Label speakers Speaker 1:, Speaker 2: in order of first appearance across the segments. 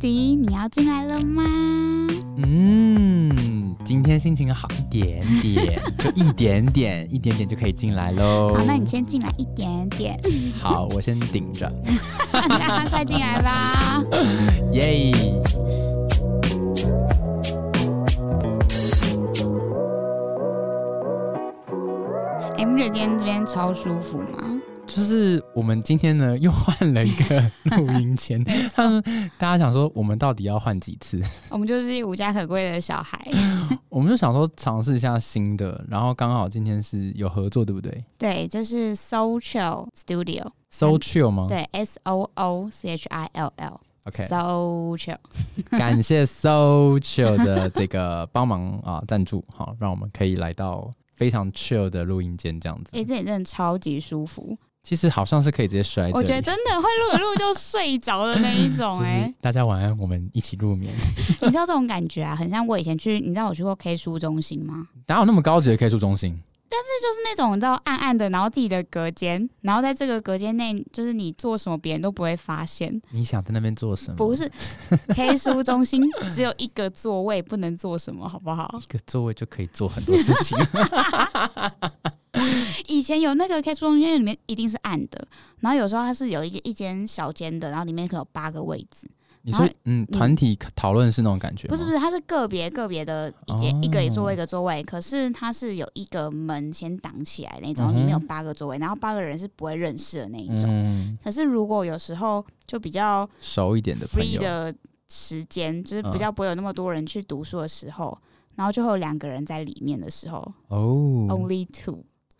Speaker 1: 迪，你要进来了吗？
Speaker 2: 嗯，今天心情好一点点，就一点点，一点点就可以进来喽。
Speaker 1: 好，那你先进来一点点，
Speaker 2: 好，我先顶着，
Speaker 1: 大家快进来 吧。
Speaker 2: 耶、
Speaker 1: 哎，你不觉得今天这边超舒服吗？
Speaker 2: 就是我们今天呢，又换了一个录 音间，像大家想说，我们到底要换几次？
Speaker 1: 我们就是无家可归的小孩，
Speaker 2: 我们就想说尝试一下新的，然后刚好今天是有合作，对不对
Speaker 1: 对，就是 Social Studio，
Speaker 2: ？So chill 吗？
Speaker 1: 嗯对，S O O C H I L L，Social。
Speaker 2: ，OK，感嗯谢 So Chill 的这个帮忙啊赞助，好，让我们可以来到非常 chill 的录音间这样子。
Speaker 1: 哎、这里真的超级舒服，
Speaker 2: 其实好像是可以直接摔这
Speaker 1: 我
Speaker 2: 里，
Speaker 1: 觉得真的会录一录就睡着的那一 种、
Speaker 2: 就是
Speaker 1: 哎、
Speaker 2: 大家晚安，我们一起入眠。
Speaker 1: 你知道这种感觉啊，很像我以前去，你知道我去过 K 书中心吗？
Speaker 2: 哪有那么高级的 K 数中心？
Speaker 1: 就是那种你知道暗暗的，然后自己的隔间，然后在这个隔间内，就是你做什么别人都不会发现。
Speaker 2: 你想在那边做什么？
Speaker 1: 不是 K 书中心只有一个座位，不能做什么，好不 好？
Speaker 2: 一个座位就可以做很多事情。
Speaker 1: 以前有那个 K 书中心里面一定是暗的，然后有时候它是有一个一间小间的，然后里面可能有八个位置，
Speaker 2: 你说
Speaker 1: 然后，
Speaker 2: 嗯，团体讨论是那种感觉吗？
Speaker 1: 不是不
Speaker 2: 是，
Speaker 1: 是，它是个别个别的一间、
Speaker 2: 哦
Speaker 1: 一个座位一个座位，可是它是有一个门先挡起来那种，
Speaker 2: 嗯
Speaker 1: 里
Speaker 2: 哼
Speaker 1: 面有八个座位，然后八个人是不会认识的那一种。
Speaker 2: 嗯，
Speaker 1: 可是如果有时候就比较
Speaker 2: 熟一点的朋
Speaker 1: free
Speaker 2: 友，
Speaker 1: 的时间，就是
Speaker 2: 嗯
Speaker 1: 比较不会有那么多人去读书的时候，然后就会有两个人在里面的时候、
Speaker 2: 哦，
Speaker 1: o n l y two。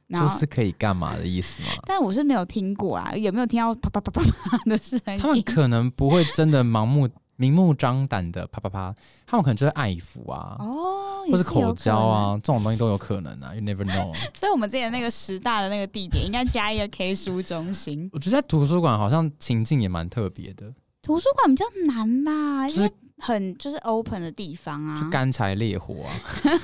Speaker 1: 然
Speaker 2: 就
Speaker 1: 后，
Speaker 2: 是可以干嘛的意思 吗？
Speaker 1: 但我是没有听过啊，也没有听到啪啪啪啪啪的声音。
Speaker 2: 他们可能不会真的盲目、明目张胆的啪啪啪，他们可能就是爱抚啊，
Speaker 1: 哦，也
Speaker 2: 或是
Speaker 1: 有
Speaker 2: 口交
Speaker 1: 可能。
Speaker 2: 啊，这种东西都有可能啊。You never know。
Speaker 1: 所以我们之前那个师大的那个地点，应该加一个 K 书中 心。
Speaker 2: 我觉得在图书馆好像情境也蛮特别的，
Speaker 1: 图书馆比较难吧，
Speaker 2: 就
Speaker 1: 因
Speaker 2: 是
Speaker 1: 为很就是 open 的地方啊
Speaker 2: 就。干柴烈火啊。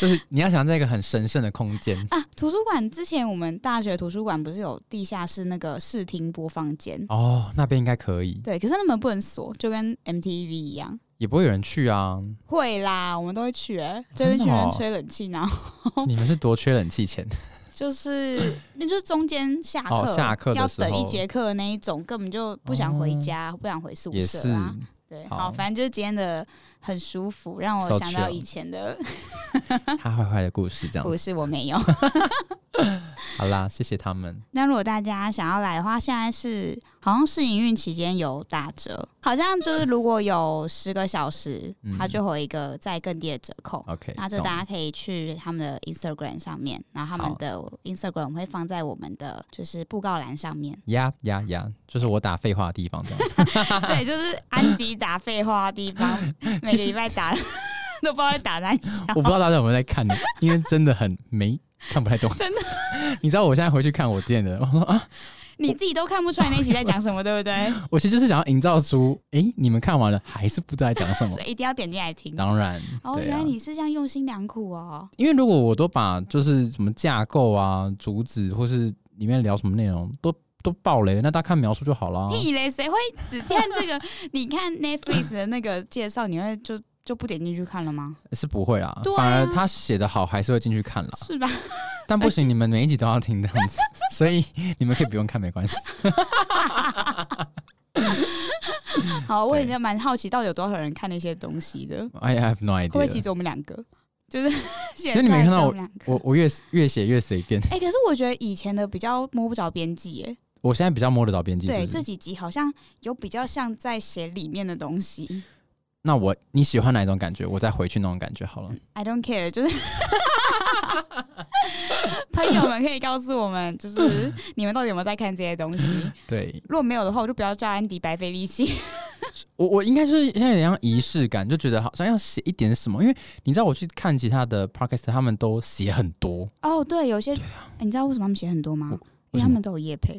Speaker 2: 就是你要想在一个很神圣的空间
Speaker 1: 啊，图书馆之前我们大学图书馆不是有地下室那个视听播放间？
Speaker 2: 哦，那边应该可以，
Speaker 1: 对，可是那门不能锁，就跟 MTV 一样。
Speaker 2: 也不会有人去啊。
Speaker 1: 会啦，我们都会去、欸，这
Speaker 2: 真的
Speaker 1: 边去那边
Speaker 2: 哦
Speaker 1: 吹冷气，然后
Speaker 2: 你们是多缺冷气钱？
Speaker 1: 就是那就是中间下课、
Speaker 2: 哦下课的
Speaker 1: 要
Speaker 2: 时候哦
Speaker 1: 等一节课的那一种，根本就不想回家，不想回宿
Speaker 2: 也
Speaker 1: 舍
Speaker 2: 是，
Speaker 1: 啊。对，好，
Speaker 2: 好
Speaker 1: 反正就是今天的很舒服，让我
Speaker 2: So
Speaker 1: 想到
Speaker 2: chill
Speaker 1: 以前的，
Speaker 2: 他坏坏的故事这样
Speaker 1: 不。是我没有。
Speaker 2: 好啦，谢谢他们。
Speaker 1: 那如果大家想要来的话，现在是好像试营运期间有打折，好像就是如果有十个小时，
Speaker 2: 嗯
Speaker 1: 它就会有一个再更低的折扣。
Speaker 2: OK，
Speaker 1: 那这
Speaker 2: 懂
Speaker 1: 大家可以去他们的 Instagram 上面，然后他们
Speaker 2: 好。
Speaker 1: 的 Instagram 我会放在我们的就是布告栏上面
Speaker 2: 呀呀呀，就是我打废话的地方这样 子。
Speaker 1: 对，就是安迪打废话的地 方，每个礼拜打 都不知道在打哪小。
Speaker 2: 我不知道大家有没有在看，因为真的很没看不太懂。
Speaker 1: 真
Speaker 2: 的， 你知道我现在回去看我店的，我说啊，
Speaker 1: 你自己都看不出来那集在讲什 么，对不对？
Speaker 2: 我其实就是想要营造出，诶，你们看完了还是不知道在讲 什么
Speaker 1: 所。以一定要点进来听。
Speaker 2: 当然，
Speaker 1: 哦，
Speaker 2: 对
Speaker 1: 原
Speaker 2: 啊
Speaker 1: 来，你是这样用心良苦哦。
Speaker 2: 因为如果我都把就是什么架构啊、主旨或是里面聊什么内容都都爆雷了，那大家看描述就好啦。
Speaker 1: 屁嘞，谁会只看这个？你看 Netflix 的那个介绍，你会就就不点进去看了 吗？
Speaker 2: 是不会啦
Speaker 1: 对，啊
Speaker 2: 反而他写的好还是会进去看啦。
Speaker 1: 是吧？
Speaker 2: 但不行，你们每一集都要听这 样子，所以你们可以不用看没关系。
Speaker 1: 好，我
Speaker 2: 对
Speaker 1: 也就蛮好奇，到底有多少人看那些东西的。
Speaker 2: I have no
Speaker 1: 会不会其
Speaker 2: idea。
Speaker 1: 实我们两个就是
Speaker 2: 以
Speaker 1: 写出来
Speaker 2: 你没看到
Speaker 1: 只有们两 个？
Speaker 2: 我我越越写越随便，
Speaker 1: 哎、可是我觉得以前的比较摸不着边际耶。
Speaker 2: 我现在比较摸得着边际。
Speaker 1: 对，
Speaker 2: 是不
Speaker 1: 这
Speaker 2: 是？
Speaker 1: 几集好像有比较像在写里面的东西。
Speaker 2: 那我你喜欢哪一种感觉？我再回去那种感觉好了。
Speaker 1: I don't care，就是 朋友们可以告诉我们， 就是你们到底有没有在看这些东 西？
Speaker 2: 对
Speaker 1: 如果没有的话，我就不要叫安迪白费力气。
Speaker 2: 我我应该是现在有点像仪式感，就觉得好像要写一点什么，因为你知道我去看其他的 podcast，他们都写很多
Speaker 1: 哦，对，有些、哎你知道为什么他们写很多吗
Speaker 2: 我？
Speaker 1: 因
Speaker 2: 为
Speaker 1: 为
Speaker 2: 什
Speaker 1: 他
Speaker 2: 么
Speaker 1: 们都有业配，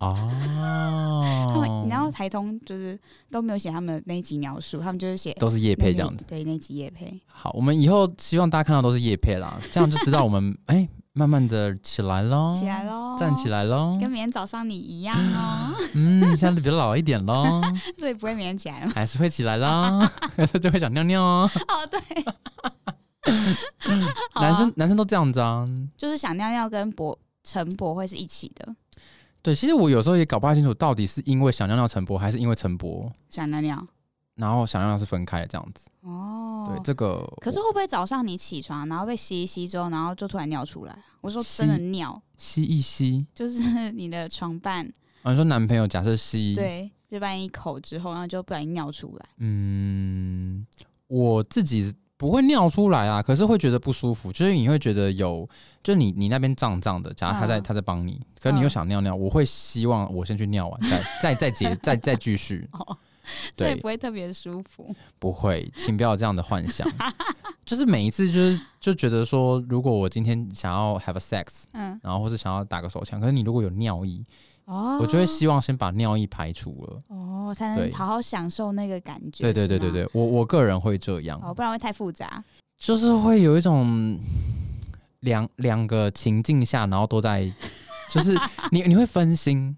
Speaker 1: 他们
Speaker 2: 哦
Speaker 1: 你知道台通就是都没有写他们的那一集描述，他们就是写
Speaker 2: 都是叶
Speaker 1: 那
Speaker 2: 配这样
Speaker 1: 那
Speaker 2: 子。
Speaker 1: 对，那集夜配。
Speaker 2: 好，我们以后希望大家看到都是叶配啦，这样就知道我们哎、慢慢的起来喽，
Speaker 1: 起来喽，
Speaker 2: 哦站起来喽，
Speaker 1: 跟明天早上你一样 哦，
Speaker 2: 嗯，现在比较老一 点喽，
Speaker 1: 所以不会明天起 来了。
Speaker 2: 还是会起来啦， 还是就会想尿尿哦。
Speaker 1: 哦，对，好啊
Speaker 2: 男生男生都这样子啊，
Speaker 1: 就是想尿尿跟勃晨勃会是一起的，
Speaker 2: 对，其实我有时候也搞不太清楚，到底是因为想尿尿晨勃，还是因为晨勃，
Speaker 1: 想尿尿。
Speaker 2: 然后想尿尿是分开的这样子。
Speaker 1: 哦，
Speaker 2: 对，这个
Speaker 1: 可是
Speaker 2: 我
Speaker 1: 会不会早上你起床，然后被吸一吸之后，然后就突然尿出来？我说真的
Speaker 2: 吸
Speaker 1: 尿，
Speaker 2: 吸一吸，
Speaker 1: 就是你的床伴
Speaker 2: 啊，你说男朋友假设吸，，
Speaker 1: 对，就把你一口之后，然后就不小心尿出来。
Speaker 2: 嗯，我自己不会尿出来啊，可是会觉得不舒服，就是你会觉得有，就你你那边胀胀的，假如他在、
Speaker 1: 嗯
Speaker 2: 他在帮你，可是你又想尿尿，我会希望我先去尿完， 再再再结再再继续，
Speaker 1: 哦，所以
Speaker 2: 对
Speaker 1: 不，会特别舒服。
Speaker 2: 不会，请不要有这样的幻 想。就是每一次就是就觉得说，如果我今天想要 have a sex，
Speaker 1: 嗯，
Speaker 2: 然后或是想要打个手枪，可是你如果有尿意，
Speaker 1: 哦，
Speaker 2: 我就会希望先把尿意排除了。
Speaker 1: 哦，才能
Speaker 2: 对
Speaker 1: 好好享受那个感觉。
Speaker 2: 对对对对
Speaker 1: 是吗，
Speaker 2: 对，我我个人会这样，
Speaker 1: 哦，不然会太复杂。
Speaker 2: 就是会有一种两两个情境下，然后都在，就是你你会分心，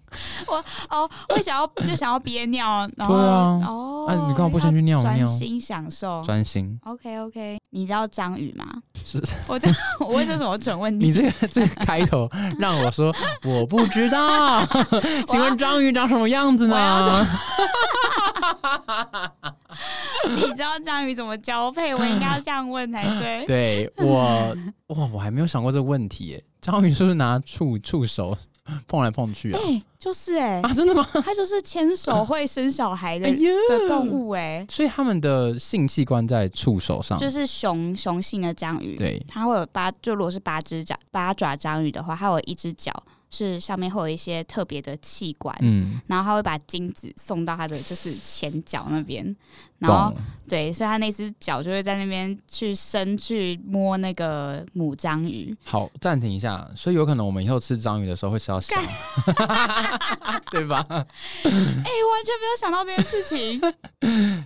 Speaker 1: 哦，会想要就想要憋尿，然后
Speaker 2: 对啊
Speaker 1: 哦，
Speaker 2: 啊你干嘛不先去尿
Speaker 1: 要
Speaker 2: 尿
Speaker 1: 专心享受。
Speaker 2: 专心。
Speaker 1: OK OK，你知道章鱼吗？
Speaker 2: 是
Speaker 1: 我这 我问这什么蠢问
Speaker 2: 你
Speaker 1: 题？
Speaker 2: 这个这个开头让我说我不知道， 请问章鱼长什么样子
Speaker 1: 我要
Speaker 2: 呢？
Speaker 1: 你知道章鱼怎么交配？我应该要这样问才对。
Speaker 2: 对啊我哇，我还没有想过这个问题耶。章鱼是不是拿触触手碰来碰去啊？
Speaker 1: 哎、就是哎、
Speaker 2: 啊，真的吗？
Speaker 1: 它就是牵手会生小孩的、
Speaker 2: 哎嗯呀
Speaker 1: 的动物哎、
Speaker 2: 所以他们的性器官在触手上，
Speaker 1: 就是雄雄性的章鱼，
Speaker 2: 对
Speaker 1: 它会有八，就如果是八只脚八爪章鱼的话，它有一只脚是上面会有一些特别的器官，
Speaker 2: 嗯，
Speaker 1: 然后它会把精子送到它的就是前脚那边，然后
Speaker 2: 懂。
Speaker 1: 对，所以它那只脚就会在那边去伸去摸那个母章鱼，
Speaker 2: 好，暂停一下。所以有可能我们以后吃章鱼的时候会吃到香， 对吧？
Speaker 1: 哎、完全没有想到这件事情，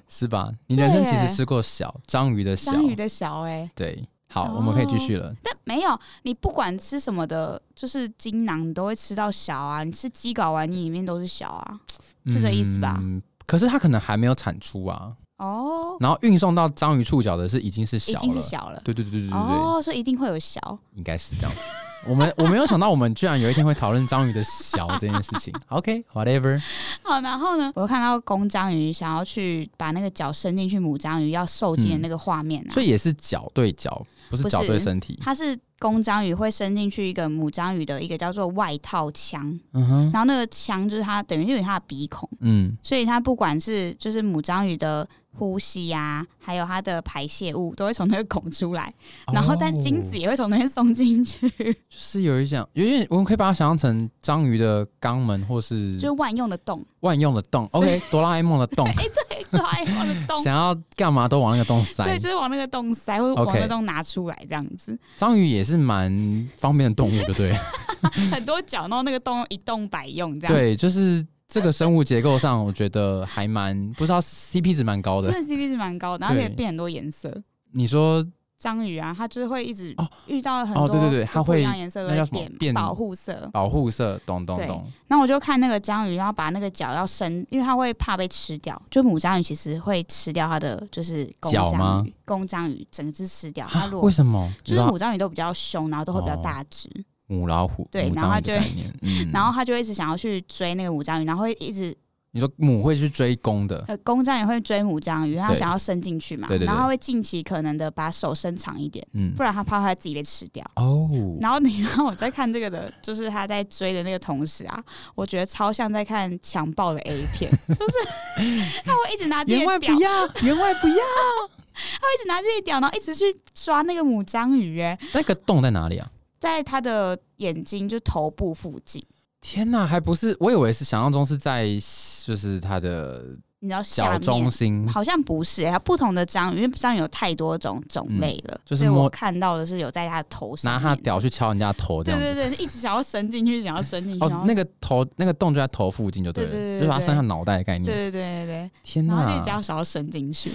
Speaker 2: 是吧？你人生
Speaker 1: 对
Speaker 2: 其
Speaker 1: 耶
Speaker 2: 实吃过小章鱼的小，
Speaker 1: 章鱼的小哎、
Speaker 2: 对。好，
Speaker 1: 哦
Speaker 2: 我们可以继续了。
Speaker 1: 但没有，你不管吃什么的，就是精囊你都会吃到小啊。你吃鸡睾丸，你里面都是小啊。是这意思吧
Speaker 2: 嗯？可是它可能还没有产出啊，
Speaker 1: 哦，
Speaker 2: 然后运送到章鱼触角的是已经是
Speaker 1: 已
Speaker 2: 小
Speaker 1: 经是，
Speaker 2: 了
Speaker 1: 小了。
Speaker 2: 对对对对对对，
Speaker 1: 哦，所以一定会有小。
Speaker 2: 应该是这样。我们我没有想到，我们居然有一天会讨论章鱼的小这件事情。OK，whatever，、
Speaker 1: 好，然后呢，我有看到公章鱼想要去把那个脚伸进去母章鱼要受精的那个画面啊。
Speaker 2: 所以也是脚对脚，不是
Speaker 1: 不是
Speaker 2: 脚对身体。
Speaker 1: 它是公章鱼会伸进去一个母章鱼的一个叫做外套腔，
Speaker 2: 嗯哼，
Speaker 1: 然后那个腔就是它等于就有它的鼻孔，
Speaker 2: 嗯，
Speaker 1: 所以它不管是就是母章鱼的呼吸呀、啊，还有它的排泄物都会从那个孔出来。然后但精子
Speaker 2: 哦
Speaker 1: 也会从那边送进去，
Speaker 2: 就是有一种，有点我们可以把它想象成章鱼的肛门，或
Speaker 1: 就是哎是万用的洞，
Speaker 2: 万用的洞。OK，哆啦 A 梦的洞，
Speaker 1: 对，对，往那个洞，
Speaker 2: 想要干嘛都往那个洞塞
Speaker 1: 对，。就是往那个洞塞，或者往
Speaker 2: OK
Speaker 1: 那个洞拿出来这样子，
Speaker 2: 章鱼也是蛮方便的动物 的，
Speaker 1: 啊
Speaker 2: 对
Speaker 1: 很多角，然后那个洞一洞百用这样。
Speaker 2: 对，就是这个生物结构上，我觉得还蛮不知道 CP 值蛮高
Speaker 1: 真
Speaker 2: 的。
Speaker 1: 的 CP 值蛮高的，然后可以
Speaker 2: 对
Speaker 1: 变很多颜色。
Speaker 2: 你说
Speaker 1: 章鱼啊，它就是会一直
Speaker 2: 哦
Speaker 1: 遇到很
Speaker 2: 哦
Speaker 1: 多
Speaker 2: 对对对它
Speaker 1: 就不一
Speaker 2: 会
Speaker 1: 样颜色
Speaker 2: 那
Speaker 1: 都
Speaker 2: 叫
Speaker 1: 会
Speaker 2: 什么
Speaker 1: 变嘛
Speaker 2: 变
Speaker 1: 保护色。
Speaker 2: 保护色，懂懂
Speaker 1: 对
Speaker 2: 懂，
Speaker 1: 那我就看那个章鱼，然后把那个脚要伸，因为它会怕被吃掉。就母章鱼其实会吃掉它的，就是公
Speaker 2: 脚吗啊
Speaker 1: 章鱼，公章鱼整只吃掉。它如
Speaker 2: 为
Speaker 1: 果
Speaker 2: 什么？你
Speaker 1: 就
Speaker 2: 知
Speaker 1: 是
Speaker 2: 道
Speaker 1: 母章鱼都比较凶，然后都会比较
Speaker 2: 哦
Speaker 1: 大只。
Speaker 2: 母老虎，
Speaker 1: 对
Speaker 2: 母
Speaker 1: 然后它
Speaker 2: 章鱼的
Speaker 1: 就会
Speaker 2: 概念。嗯，
Speaker 1: 然后他就一直想要去追那个母章鱼，然后会一直
Speaker 2: 你说母会去追公的，
Speaker 1: 呃公章鱼会追母章鱼，他
Speaker 2: 啊对
Speaker 1: 想要伸进去嘛，
Speaker 2: 对对对
Speaker 1: 然后它会尽其可能的把手伸长一点，
Speaker 2: 嗯
Speaker 1: 不，然他怕他自己被吃掉。
Speaker 2: 哦，
Speaker 1: 然后你知道我在看这个的， 就是他在追的那个同时啊，我觉得超像在看强暴的 A 片， 就是他会一直拿自己的
Speaker 2: 员外
Speaker 1: 屌，
Speaker 2: 不
Speaker 1: 他
Speaker 2: 要，员外不 要。
Speaker 1: 会一直拿自己的屌，然后一直去抓那个母章鱼、哎，
Speaker 2: 那个洞在哪里啊？
Speaker 1: 在他的眼睛就头部附近，
Speaker 2: 天哪，还不是？我以为是想象中是在就是它的
Speaker 1: 你知道下
Speaker 2: 小
Speaker 1: 面
Speaker 2: 中心，
Speaker 1: 好像不是、欸，它不同的章鱼，因为章鱼有太多种种类了，
Speaker 2: 嗯就是
Speaker 1: 所以
Speaker 2: 摸
Speaker 1: 我看到的是有在它的头上
Speaker 2: 拿
Speaker 1: 面
Speaker 2: 它的屌，去敲人家头这
Speaker 1: 对
Speaker 2: 样子。
Speaker 1: 对对，一直想要伸进去，想要伸进去，然
Speaker 2: 哦
Speaker 1: 后，
Speaker 2: 那个头那个洞就在头附近就对了，
Speaker 1: 对对对对
Speaker 2: 就是把它伸向脑袋的概
Speaker 1: 对
Speaker 2: 念。
Speaker 1: 对对对对，
Speaker 2: 天
Speaker 1: 然后就
Speaker 2: 哪
Speaker 1: 一直，要想要伸进去，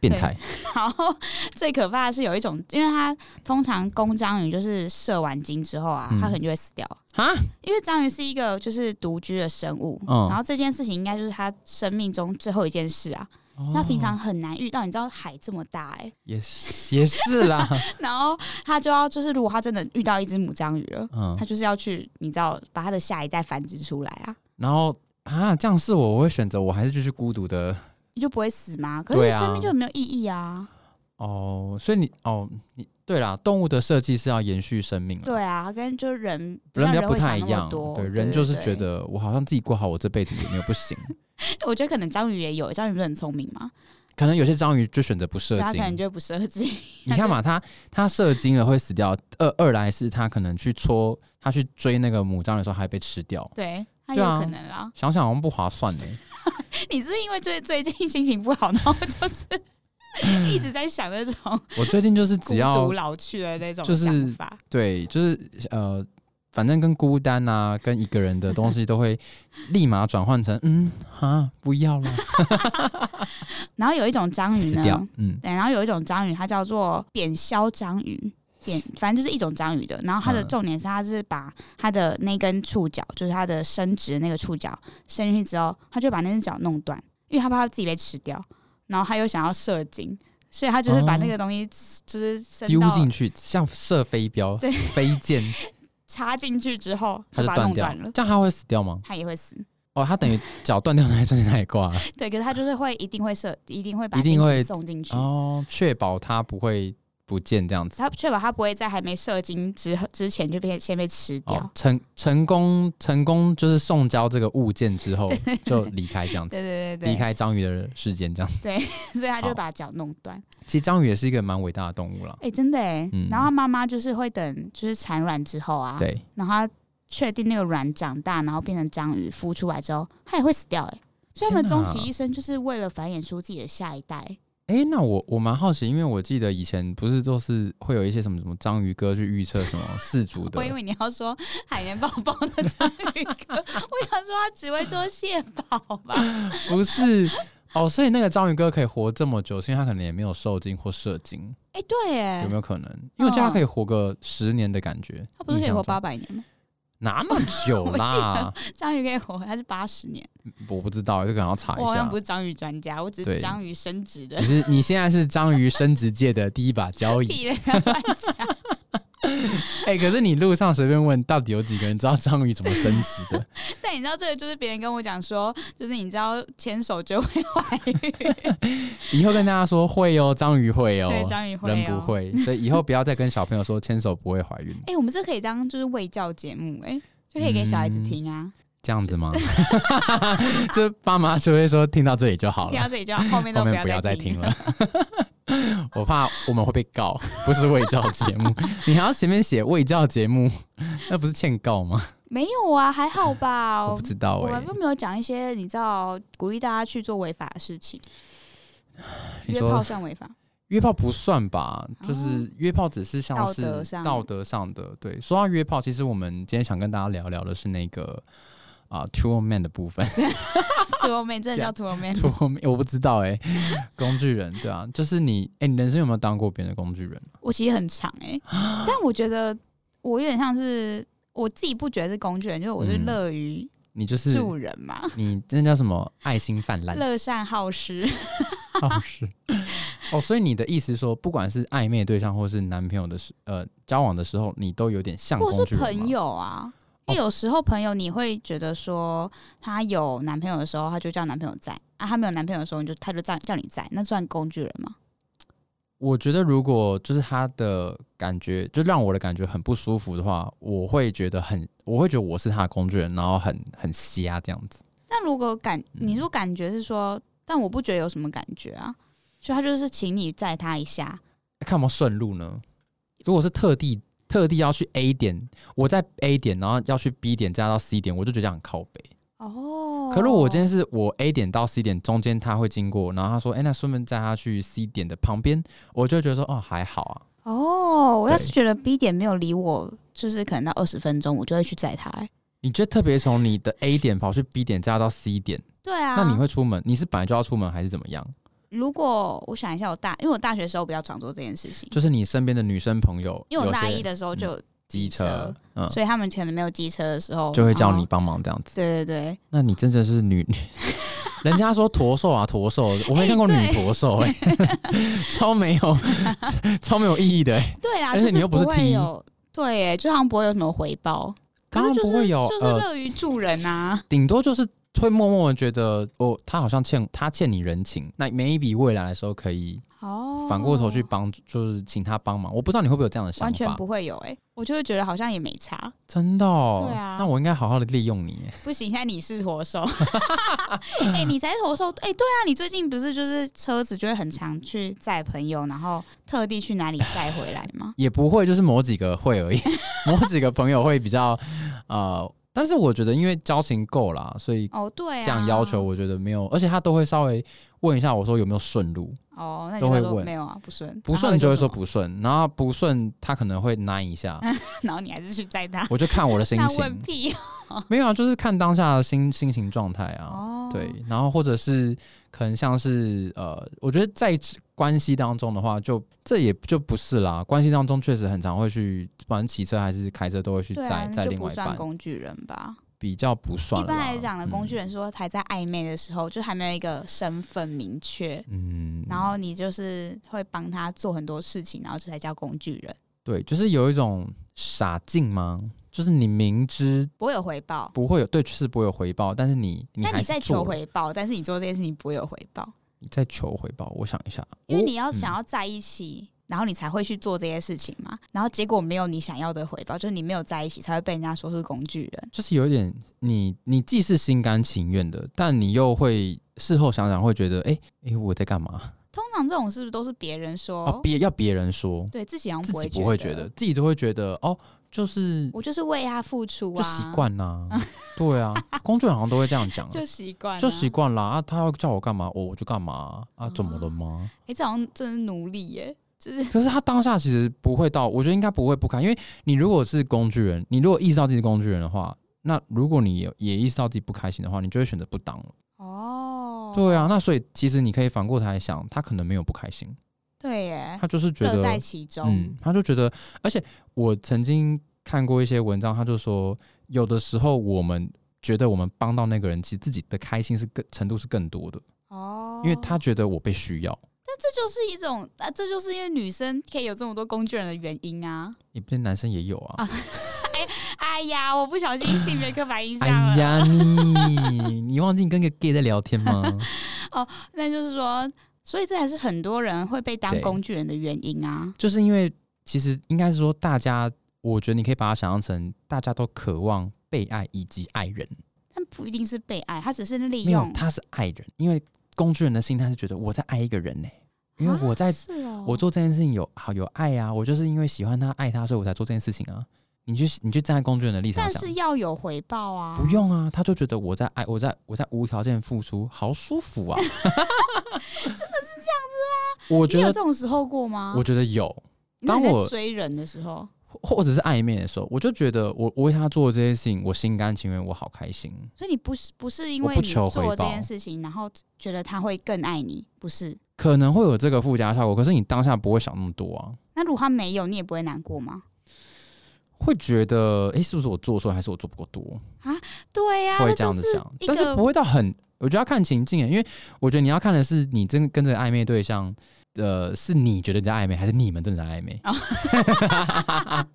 Speaker 2: 变态，
Speaker 1: 然后最可怕的是有一种，因为它通常公章鱼就是射完精之后啊，
Speaker 2: 嗯
Speaker 1: 它可能就会死掉
Speaker 2: 哈，
Speaker 1: 因为章鱼是一个就是独居的生物，
Speaker 2: 嗯
Speaker 1: 然后这件事情应该就是它生命中最后一件事啊。
Speaker 2: 哦
Speaker 1: 那平常很难遇到，你知道海这么大哎、
Speaker 2: 也是也是啦，
Speaker 1: 然后它就要就是如果它真的遇到一只母章鱼了。
Speaker 2: 嗯
Speaker 1: 它，就是要去，你知道，把它的下一代繁殖出来啊，
Speaker 2: 然后啊，这样是我，我会选择我还是继续孤独的
Speaker 1: 你就不会死吗？可是
Speaker 2: 对啊
Speaker 1: 生命就很没有意义啊。
Speaker 2: 哦，所以你哦，你对啦，动物的设计是要延续生命啦，
Speaker 1: 对啊，跟就人不像
Speaker 2: 人比
Speaker 1: 人
Speaker 2: 较不
Speaker 1: 会
Speaker 2: 太
Speaker 1: 想
Speaker 2: 一
Speaker 1: 那
Speaker 2: 样
Speaker 1: 么，多，
Speaker 2: 对，人就是
Speaker 1: 对
Speaker 2: 觉得我好像自己过好我这辈子也没有不行，
Speaker 1: 我觉得可能章鱼也有，章鱼不是很聪明嘛，
Speaker 2: 可能有些章鱼就选择不射
Speaker 1: 对啊它可
Speaker 2: 精，
Speaker 1: 能就不射精。
Speaker 2: 你看嘛，它它射精了会死掉，二二来是它可能去戳，它去追那个母章的时候还被吃掉，
Speaker 1: 对，它
Speaker 2: 对
Speaker 1: 有
Speaker 2: 啊
Speaker 1: 可能啦。
Speaker 2: 想想好像不划算呢。
Speaker 1: 你是不是因为最最近心情不好，然后就是 一直在想那种
Speaker 2: 我最近就是
Speaker 1: 孤
Speaker 2: 只要
Speaker 1: 独老去的那种
Speaker 2: 就是
Speaker 1: 想法？
Speaker 2: 对，就是呃，反正跟孤单啊，跟一个人的东西都会立马转换成嗯啊不 要了，
Speaker 1: 然后有一种章鱼
Speaker 2: 死
Speaker 1: 呢，
Speaker 2: 掉，嗯，
Speaker 1: 对，然后有一种章鱼，它叫做扁削章鱼。扁，反正就是一种章鱼的，然后它的
Speaker 2: 嗯
Speaker 1: 重点是，它是把它的那根触角，就是它的伸直的那个触角伸进去之后，它就把那只脚弄断，因为它怕它自己被吃掉，然后它又想要射精，所以它就是把那个东西就是伸
Speaker 2: 哦嗯丢
Speaker 1: 到
Speaker 2: 进去像射飞镖
Speaker 1: 对、
Speaker 2: 飞 箭，
Speaker 1: 插进去之后，
Speaker 2: 它就
Speaker 1: 把它
Speaker 2: 断
Speaker 1: 弄
Speaker 2: 掉
Speaker 1: 断了，，
Speaker 2: 这样它会死掉吗？
Speaker 1: 它也会死。
Speaker 2: 哦，它等于脚断掉那一瞬间它也挂了。
Speaker 1: 对，可是它就是会一定会射，一定会把
Speaker 2: 一定
Speaker 1: 精子
Speaker 2: 会
Speaker 1: 送进去。
Speaker 2: 哦，确保它不会不见这样子。
Speaker 1: 它确保它不会在还没射精之后之前就被先被吃掉。
Speaker 2: 哦，成成功成功就是送交这个物件 之后就离开这样
Speaker 1: 对
Speaker 2: 子，
Speaker 1: 对对
Speaker 2: 离
Speaker 1: 对
Speaker 2: 开章鱼的世间这样。
Speaker 1: 对，所以它就
Speaker 2: 好
Speaker 1: 把脚弄断。
Speaker 2: 其实章鱼也是一个蛮伟大的动物啦。
Speaker 1: 哎、真的哎、
Speaker 2: 嗯
Speaker 1: 然后他妈妈就是会等，就是产卵之后啊，
Speaker 2: 对，
Speaker 1: 然后他确定那个卵长大，然后变成章鱼孵出来之后，它也会死掉哎、所以他们
Speaker 2: 天
Speaker 1: 终
Speaker 2: 哪
Speaker 1: 其一生就是为了繁衍出自己的下一代。
Speaker 2: 哎，那我我蛮好奇，因为我记得以前不是都是会有一些什么什么章鱼哥去预测什么 氏族的
Speaker 1: 我以为你要说海绵宝宝的章鱼哥， 我想说他只会做蟹堡吧？
Speaker 2: 不是哦，所以那个章鱼哥可以活这么久，是因为他可能也没有受精或射精，
Speaker 1: 哎、对哎
Speaker 2: 有没，有可能？因为我觉得他
Speaker 1: 嗯
Speaker 2: 可以活个十年的感觉，
Speaker 1: 他不是可以
Speaker 2: 印
Speaker 1: 活
Speaker 2: 象中
Speaker 1: 八百年吗？
Speaker 2: 哪么久
Speaker 1: 我记得
Speaker 2: 啦？
Speaker 1: 章鱼可以活，它是八十年。
Speaker 2: 我不知道，这个可能要查一
Speaker 1: 我好像
Speaker 2: 下
Speaker 1: 不。是章鱼专家，我只
Speaker 2: 对
Speaker 1: 是章鱼生殖的
Speaker 2: 你。是你现在是章鱼生殖界的第一 把交椅，
Speaker 1: 屁嘞！不要乱讲，
Speaker 2: 哎、可是你路上随便问，到底有几个人知道章鱼怎么生殖 的？
Speaker 1: 但你知道这个就是别人跟我讲说，就是你知道牵手就会怀孕，
Speaker 2: 以后跟大家说会哦，章鱼会哦，
Speaker 1: 对，章鱼会、哦，
Speaker 2: 人不。会，所以以后不要再跟小朋友说牵手不会怀孕，
Speaker 1: 哎、我们这可以当就是卫教节目、哎，就可以给小
Speaker 2: 嗯
Speaker 1: 孩子听啊，
Speaker 2: 这样子 吗？就爸妈就会说听到这里就好
Speaker 1: 听到
Speaker 2: 了，
Speaker 1: 这里就好后 面都
Speaker 2: 后
Speaker 1: 不
Speaker 2: 面不要
Speaker 1: 要
Speaker 2: 再
Speaker 1: 听
Speaker 2: 听。了。 我怕我们会被告，不是卫教节目，你还要前面写卫教节目，那不是欠告吗？
Speaker 1: 没有啊，还好吧。
Speaker 2: 我
Speaker 1: 我
Speaker 2: 不知道哎、
Speaker 1: 们又没有讲一些你知道鼓励大家去做违法的事情，
Speaker 2: 你
Speaker 1: 约
Speaker 2: 说
Speaker 1: 炮算违法？
Speaker 2: 约炮不算吧，就
Speaker 1: 哦
Speaker 2: 是约炮只是像是
Speaker 1: 道德上
Speaker 2: 道德上的。对，说到约炮，其实我们今天想跟大家聊聊的是那个啊、t w o man 的 部分。
Speaker 1: 土欧妹真的叫土欧妹
Speaker 2: t w o man 我不知道哎、工具人对啊，就是你哎、你人生有没有当过别人的工具人？啊
Speaker 1: 我其实很长 哎、但我觉得我有点像是我自己不觉得是工具人，就是我是
Speaker 2: 嗯
Speaker 1: 乐于
Speaker 2: 你就是
Speaker 1: 助人嘛，
Speaker 2: 你那叫什么爱心泛滥，
Speaker 1: 乐善好施。
Speaker 2: 好是哦。所以你的意思是说，不管是暧昧对象或是男朋友的时呃交往的时候，你都有点像
Speaker 1: 或
Speaker 2: 工
Speaker 1: 是
Speaker 2: 具人吗哦
Speaker 1: 朋友啊，因为有时候朋友你会觉得说，她有男朋友的时候，她就叫男朋友在啊；她没有男朋友的时候，你就她就叫叫你在，那算工具人吗？
Speaker 2: 我觉得如果就是他的感觉，就让我的感觉很不舒服的话，我会觉得很，我会觉得我是他的工具人，然后很很瞎这样子。
Speaker 1: 那如果感
Speaker 2: 嗯
Speaker 1: 你说感觉是说，但我不觉得有什么感觉啊，所以他就是请你载他一下，
Speaker 2: 哎看有没有顺路呢？如果是特地特地要去 A 点，我在 A 点，然后要去 B 点，再到 C 点，我就觉得这样很靠北。
Speaker 1: 哦
Speaker 2: 可如果我今天是我 A 点到 C 点中间他会经过，然后他说：“哎、那顺便载他去 C 点的旁边。”我就会觉得说：“哦，还好啊。
Speaker 1: 哦，我要
Speaker 2: 对
Speaker 1: 是觉得 B 点没有理我，就是可能到二十分钟，我就会去载他、欸。”
Speaker 2: 你就特别从你的 A 点跑去 B 点，再到 C 点，
Speaker 1: 对啊，
Speaker 2: 那你会出门？你是本来就要出门还是怎么样？
Speaker 1: 如果我想一下，我大因为我大学的时候比较常做这件事情，
Speaker 2: 就是你身边的女生朋友，
Speaker 1: 因为我大
Speaker 2: 有些嗯
Speaker 1: 一的时候就有
Speaker 2: 机车，嗯，
Speaker 1: 所以他哦们可能没有机车的时候
Speaker 2: 就会叫。
Speaker 1: 然
Speaker 2: 你
Speaker 1: 后
Speaker 2: 帮忙这样子。
Speaker 1: 对对对，
Speaker 2: 那你真的是女， 人家说驼兽啊，驼兽，我没看过女
Speaker 1: 哎对
Speaker 2: 驼兽，哎， 超没有， 超没有意义的，哎，
Speaker 1: 对啦，
Speaker 2: 而且
Speaker 1: 就
Speaker 2: 你又
Speaker 1: 不
Speaker 2: 不是
Speaker 1: 会
Speaker 2: T
Speaker 1: 有，对耶，就好像不会有什么回报，可
Speaker 2: 当
Speaker 1: 是
Speaker 2: 然
Speaker 1: 就
Speaker 2: 不
Speaker 1: 是
Speaker 2: 会有，
Speaker 1: 就是
Speaker 2: 呃，
Speaker 1: 乐于助人啊。
Speaker 2: 顶多就是会默默的觉得，哦，他好像欠他欠你人情，那 maybe 未来的时候可以
Speaker 1: 哦，
Speaker 2: 反过头去帮助，就是请他帮忙。我不知道你会不会有这样的想
Speaker 1: 完全
Speaker 2: 法，
Speaker 1: 不会有哎、我就会觉得好像也没差。
Speaker 2: 真的、哦，
Speaker 1: 对啊
Speaker 2: 那我应该好好的利用你哎耶。？
Speaker 1: 不行，现在你是驼 兽，哎、你才是驼兽，哎、对啊，你最近不是就是车子就会很常去载朋友，然后特地去哪里载回来吗
Speaker 2: 也不会，就是某几个会而已， 某几个朋友会比较，呃，但是我觉得因为交情够啦，所以
Speaker 1: 哦，对啊，
Speaker 2: 这样要求我觉得没有，而且他都会稍微问一下我说有没有顺路，
Speaker 1: 哦，那你
Speaker 2: 都会
Speaker 1: 就说
Speaker 2: 问
Speaker 1: 没有啊，不顺，
Speaker 2: 不顺就会说
Speaker 1: 然后
Speaker 2: 不顺，然后不顺他可能会难一下，
Speaker 1: 什 么，然后你还是去载 他，
Speaker 2: 我就看我的心
Speaker 1: 那问
Speaker 2: 情，
Speaker 1: 屁
Speaker 2: 没有啊，就是看当下的心心情状态啊，
Speaker 1: 哦，
Speaker 2: 对，然后或者是可能像是呃，我觉得在关系当中的话，就这也就不是啦，关系当中确实很常会去，不管是骑车还是开车都会去
Speaker 1: 对
Speaker 2: 载
Speaker 1: 啊，
Speaker 2: 载、
Speaker 1: 那就
Speaker 2: 另
Speaker 1: 不
Speaker 2: 外一
Speaker 1: 算
Speaker 2: 半，
Speaker 1: 工具人吧？
Speaker 2: 比较不算
Speaker 1: 一
Speaker 2: 啦。
Speaker 1: 般来讲呢，工具
Speaker 2: 嗯
Speaker 1: 人说还在暧昧的时候，就还没有一个身份明确，
Speaker 2: 嗯
Speaker 1: 然后你就是会帮他做很多事情，然后这才叫工具人，
Speaker 2: 对，就是有一种傻劲吗？就是你明知
Speaker 1: 不会有回报。
Speaker 2: 不会有对，是不会有回报，但是你你
Speaker 1: 那
Speaker 2: 还
Speaker 1: 你
Speaker 2: 是
Speaker 1: 在
Speaker 2: 做
Speaker 1: 求
Speaker 2: 了，
Speaker 1: 回报，但是你做这件事情不会有回报，
Speaker 2: 你在求回报。我想一下，
Speaker 1: 因为
Speaker 2: 我
Speaker 1: 你要想、
Speaker 2: 嗯
Speaker 1: 要在一起，然后你才会去做这些事情嘛。然后结果没有你想要的回报，就是你没有在一起，才会被人家说是工具人。
Speaker 2: 就是有一点，你你既是心甘情愿的，但你又会事后想想会觉得，哎、哎、我在干嘛？
Speaker 1: 通常这种是不是都是别人说，
Speaker 2: 哦，别要别人说，
Speaker 1: 对自己好像
Speaker 2: 自
Speaker 1: 不会
Speaker 2: 己不会觉得，，自己都会觉得，哦，就是
Speaker 1: 我就是为他付出啊，
Speaker 2: 就习，惯啦，对啊，工作人好像都会这样讲啊、
Speaker 1: 就习惯啊，
Speaker 2: 就习惯啦。啊，他要叫我干嘛，我我就干嘛啊啊，怎么了吗？
Speaker 1: 哎、这好像真是奴隶耶，就是
Speaker 2: 可是他当下其实不会到，我觉得应该不会不开，因为你如果是工具人，你如果意识到自己是工具人的话，那如果你也也意识到自己不开心的话，你就会选择不当了。
Speaker 1: 哦，
Speaker 2: 对啊，那所以其实你可以反过头来想，他可能没有不开心，
Speaker 1: 对耶，
Speaker 2: 他就是觉
Speaker 1: 哎乐
Speaker 2: 得
Speaker 1: 在其中，
Speaker 2: 嗯，他就觉得，而且我曾经看过一些文章，他就说，有的时候我们觉得我们帮到那个人，其实自己的开心是更程度是更多的，
Speaker 1: 哦，
Speaker 2: 因为他觉得我被需要，
Speaker 1: 这就是一种啊，这就是因为女生可以有这么多工具人的原因啊。
Speaker 2: 也不是男生也有啊。
Speaker 1: 哦哎呀，我不小心性别刻板印象
Speaker 2: 哎
Speaker 1: 了。
Speaker 2: 呀你，你忘记你跟个 gay 在聊天吗？
Speaker 1: 那就是说，所以这还是很多人会被当
Speaker 2: 对
Speaker 1: 工具人的原因啊。
Speaker 2: 就是因为其实应该是说，大家，我觉得你可以把它想象成，大家都渴望被爱以及爱人，
Speaker 1: 但不一定是被爱，他只是利
Speaker 2: 没有
Speaker 1: 用。
Speaker 2: 他是爱人，因为工具人的心态是觉得我在爱一个人呢、因为我在、
Speaker 1: 啊是哦，
Speaker 2: 我做这件事情有好有爱啊，我就是因为喜欢他爱他，所以我才做这件事情啊。你去你去站在工具人的立场
Speaker 1: 但
Speaker 2: 想，
Speaker 1: 是要有回报啊。
Speaker 2: 不用啊，他就觉得我在爱我在我在无条件付出，好舒 服啊。真的是这样子吗？我觉
Speaker 1: 你有
Speaker 2: 得
Speaker 1: 这种时候过吗？
Speaker 2: 我觉得有，
Speaker 1: 你说你
Speaker 2: 当
Speaker 1: 在
Speaker 2: 我
Speaker 1: 追人的时候，
Speaker 2: 或或者是暧昧的时候，我就觉得我我为他做这些事情，我心甘情愿，我好开心。
Speaker 1: 所以你不是不是因
Speaker 2: 我
Speaker 1: 为
Speaker 2: 不
Speaker 1: 你
Speaker 2: 求
Speaker 1: 做
Speaker 2: 回
Speaker 1: 这
Speaker 2: 报
Speaker 1: 件事情，然后觉得他会更爱你，不是？
Speaker 2: 可能会有这个附加效果，可是你当下不会想那么多啊，
Speaker 1: 那如果他没有，你也不会难过吗？
Speaker 2: 会觉得诶，是不是我做错，还是我做不够多？
Speaker 1: 对呀、
Speaker 2: 会
Speaker 1: 啊那
Speaker 2: 这样
Speaker 1: 就
Speaker 2: 子
Speaker 1: 是
Speaker 2: 想，
Speaker 1: 一
Speaker 2: 但是
Speaker 1: 个
Speaker 2: 不会到很，我觉得要看情境耶，因为我觉得你要看的是你真的跟这个暧昧对象，呃，是你觉得你在暧昧，还是你们真的在暧昧、
Speaker 1: 哦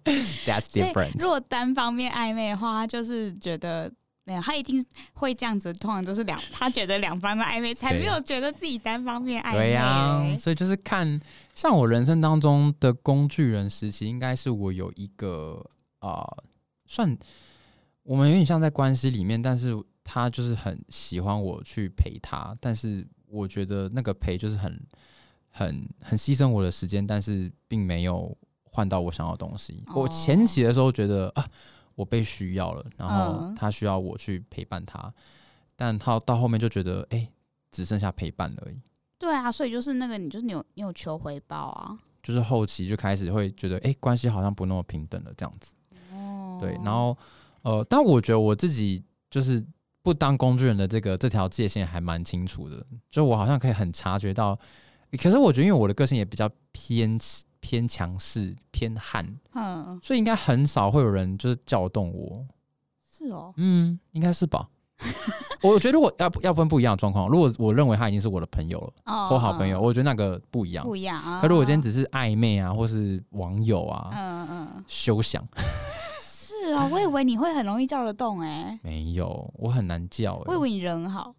Speaker 2: t h a t s
Speaker 1: 所以
Speaker 2: different。
Speaker 1: 如果单方面暧昧的话，他就是觉得没有，他一定会这样子。通常就是两，他觉得两方的暧昧，才
Speaker 2: 对
Speaker 1: 没有觉得自己单方面暧昧。
Speaker 2: 对呀、所以就是看，像我人生当中的工具人时期，应该是我有一个啊、呃算我们有点像在关系里面，但是他就是很喜欢我去陪他，但是我觉得那个陪就是很很很牺牲我的时间，但是并没有换到我想要的东西。我前期的时候觉得啊，我被需要了，然后
Speaker 1: 嗯
Speaker 2: 他需要我去陪伴他，但他到后面就觉得哎、只剩下陪伴而已。
Speaker 1: 对啊，所以就是那个，你就是你有你有求回报啊。
Speaker 2: 就是后期就开始会觉得，哎、关系好像不那么平等了这样子。
Speaker 1: 哦
Speaker 2: 对，然后呃，但我觉得我自己就是不当工具人的这个这条界限还蛮清楚的，就我好像可以很察觉到。可是我觉得，因为我的个性也比较偏偏强势、偏悍，
Speaker 1: 嗯，
Speaker 2: 所以应该很少会有人就是叫动我。
Speaker 1: 是哦，
Speaker 2: 嗯，应该是吧。我觉得如果要不要分不一样的状况，如果我认为他已经是我的朋友了，
Speaker 1: 哦，
Speaker 2: 或好朋友，
Speaker 1: 嗯
Speaker 2: 我觉得那个不一样。
Speaker 1: 不一样啊。
Speaker 2: 可如果今天只是暧昧啊，或是网友啊，
Speaker 1: 嗯嗯嗯，
Speaker 2: 休想，
Speaker 1: 是啊，我以为你会很容易叫得动哎、
Speaker 2: 没有，我很难叫、欸。
Speaker 1: 我以为你人好，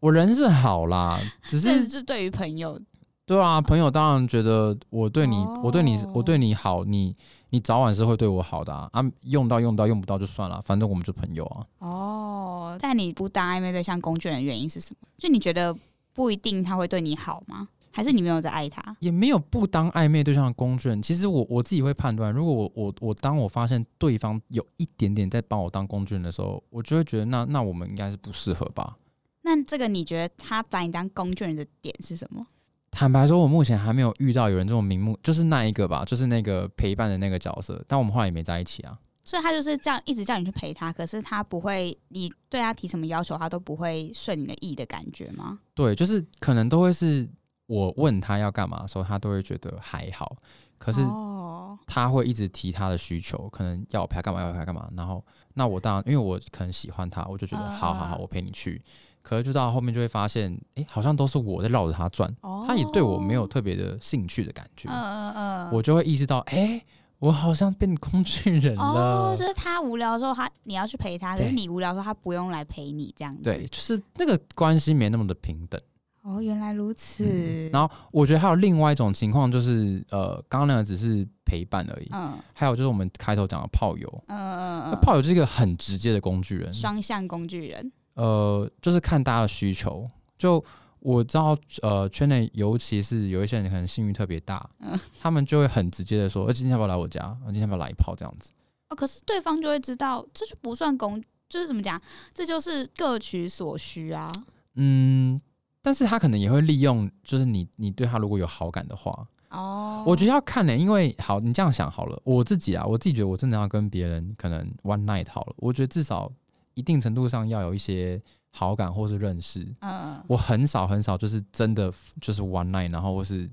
Speaker 2: 我人是 好啦，只
Speaker 1: 这
Speaker 2: 是
Speaker 1: 是对于朋友，
Speaker 2: 对啊，朋友当然觉得我对你，我对你
Speaker 1: 哦，
Speaker 2: 我对你好，你你早晚是会对我好的啊。啊，用到用到用不到就算了，反正我们就朋友啊。
Speaker 1: 哦，但你不当暧昧对象工具人的原因是什么？就你觉得不一定他会对你好吗？还是你没有在爱他？
Speaker 2: 也没有不当暧昧对象的工具人。其实我我自己会判断，如果我我我当我发现对方有一点点在把我当工具人的时候，我就会觉得那那我们应该是不适合吧。
Speaker 1: 那这个你觉得他把你当工具人的点是什么？
Speaker 2: 坦白说，我目前还没有遇到有人这种明目，就是那一个吧，就是那个陪伴的那个角色，但我们后来也没在一起啊。
Speaker 1: 所以他就是这样一直叫你去陪他，可是他不会，你对他提什么要求，他都不会顺你的意的感觉吗？
Speaker 2: 对，就是可能都会是我问他要干嘛的时候，他都会觉得还好，可是
Speaker 1: 哦，
Speaker 2: 他会一直提他的需求，可能要我陪他干嘛，要我陪他干嘛。然后，那我当然，因为我可能喜欢他，我就觉得、
Speaker 1: 啊
Speaker 2: 好好好，我陪你去。可是就到后面就会发现，诶，好像都是我在绕着他转，
Speaker 1: 哦
Speaker 2: 他也对我没有，特别的兴趣的感觉。
Speaker 1: 嗯嗯嗯，
Speaker 2: 我就会意识到，诶，我好像变工具人了。
Speaker 1: 哦，就是他无聊的时候，他你要去陪他，可
Speaker 2: 对
Speaker 1: 是你无聊的时候，他不用来陪你这样子。
Speaker 2: 对，，就是那个关系没那么的平等。
Speaker 1: 哦，原来如此。
Speaker 2: 嗯然后我觉得还有另外一种情况，就是呃，刚刚那个只是陪伴而已。
Speaker 1: 嗯
Speaker 2: 还有就是我们开头讲的炮友，
Speaker 1: 嗯嗯
Speaker 2: 那
Speaker 1: 嗯
Speaker 2: 炮友就是一个很直接的工具人
Speaker 1: 嗯，，双向工具人。
Speaker 2: 呃，就是看大家的需求。就我知道，呃，圈内尤其是有一些人可能性欲特别大，
Speaker 1: 嗯
Speaker 2: 他们就会很直接的说：“呃，今天要不要来我家？呃今天要不要来一炮？”这样子。
Speaker 1: 哦，可是对方就会知道，这就不算工，就是怎么讲，这就是各取所需啊。
Speaker 2: 嗯，但是他可能也会利用，就是你你对他如果有好感的话，
Speaker 1: 哦，
Speaker 2: 我觉得要看呢、因为好，你这样想好了，我自己啊，我自己觉得我真的要跟别人可能 one night 好了，我觉得至少一定程度上要有一些好感或是认识。
Speaker 1: 嗯，
Speaker 2: 我很少很少就是真的就是 one night，然后或是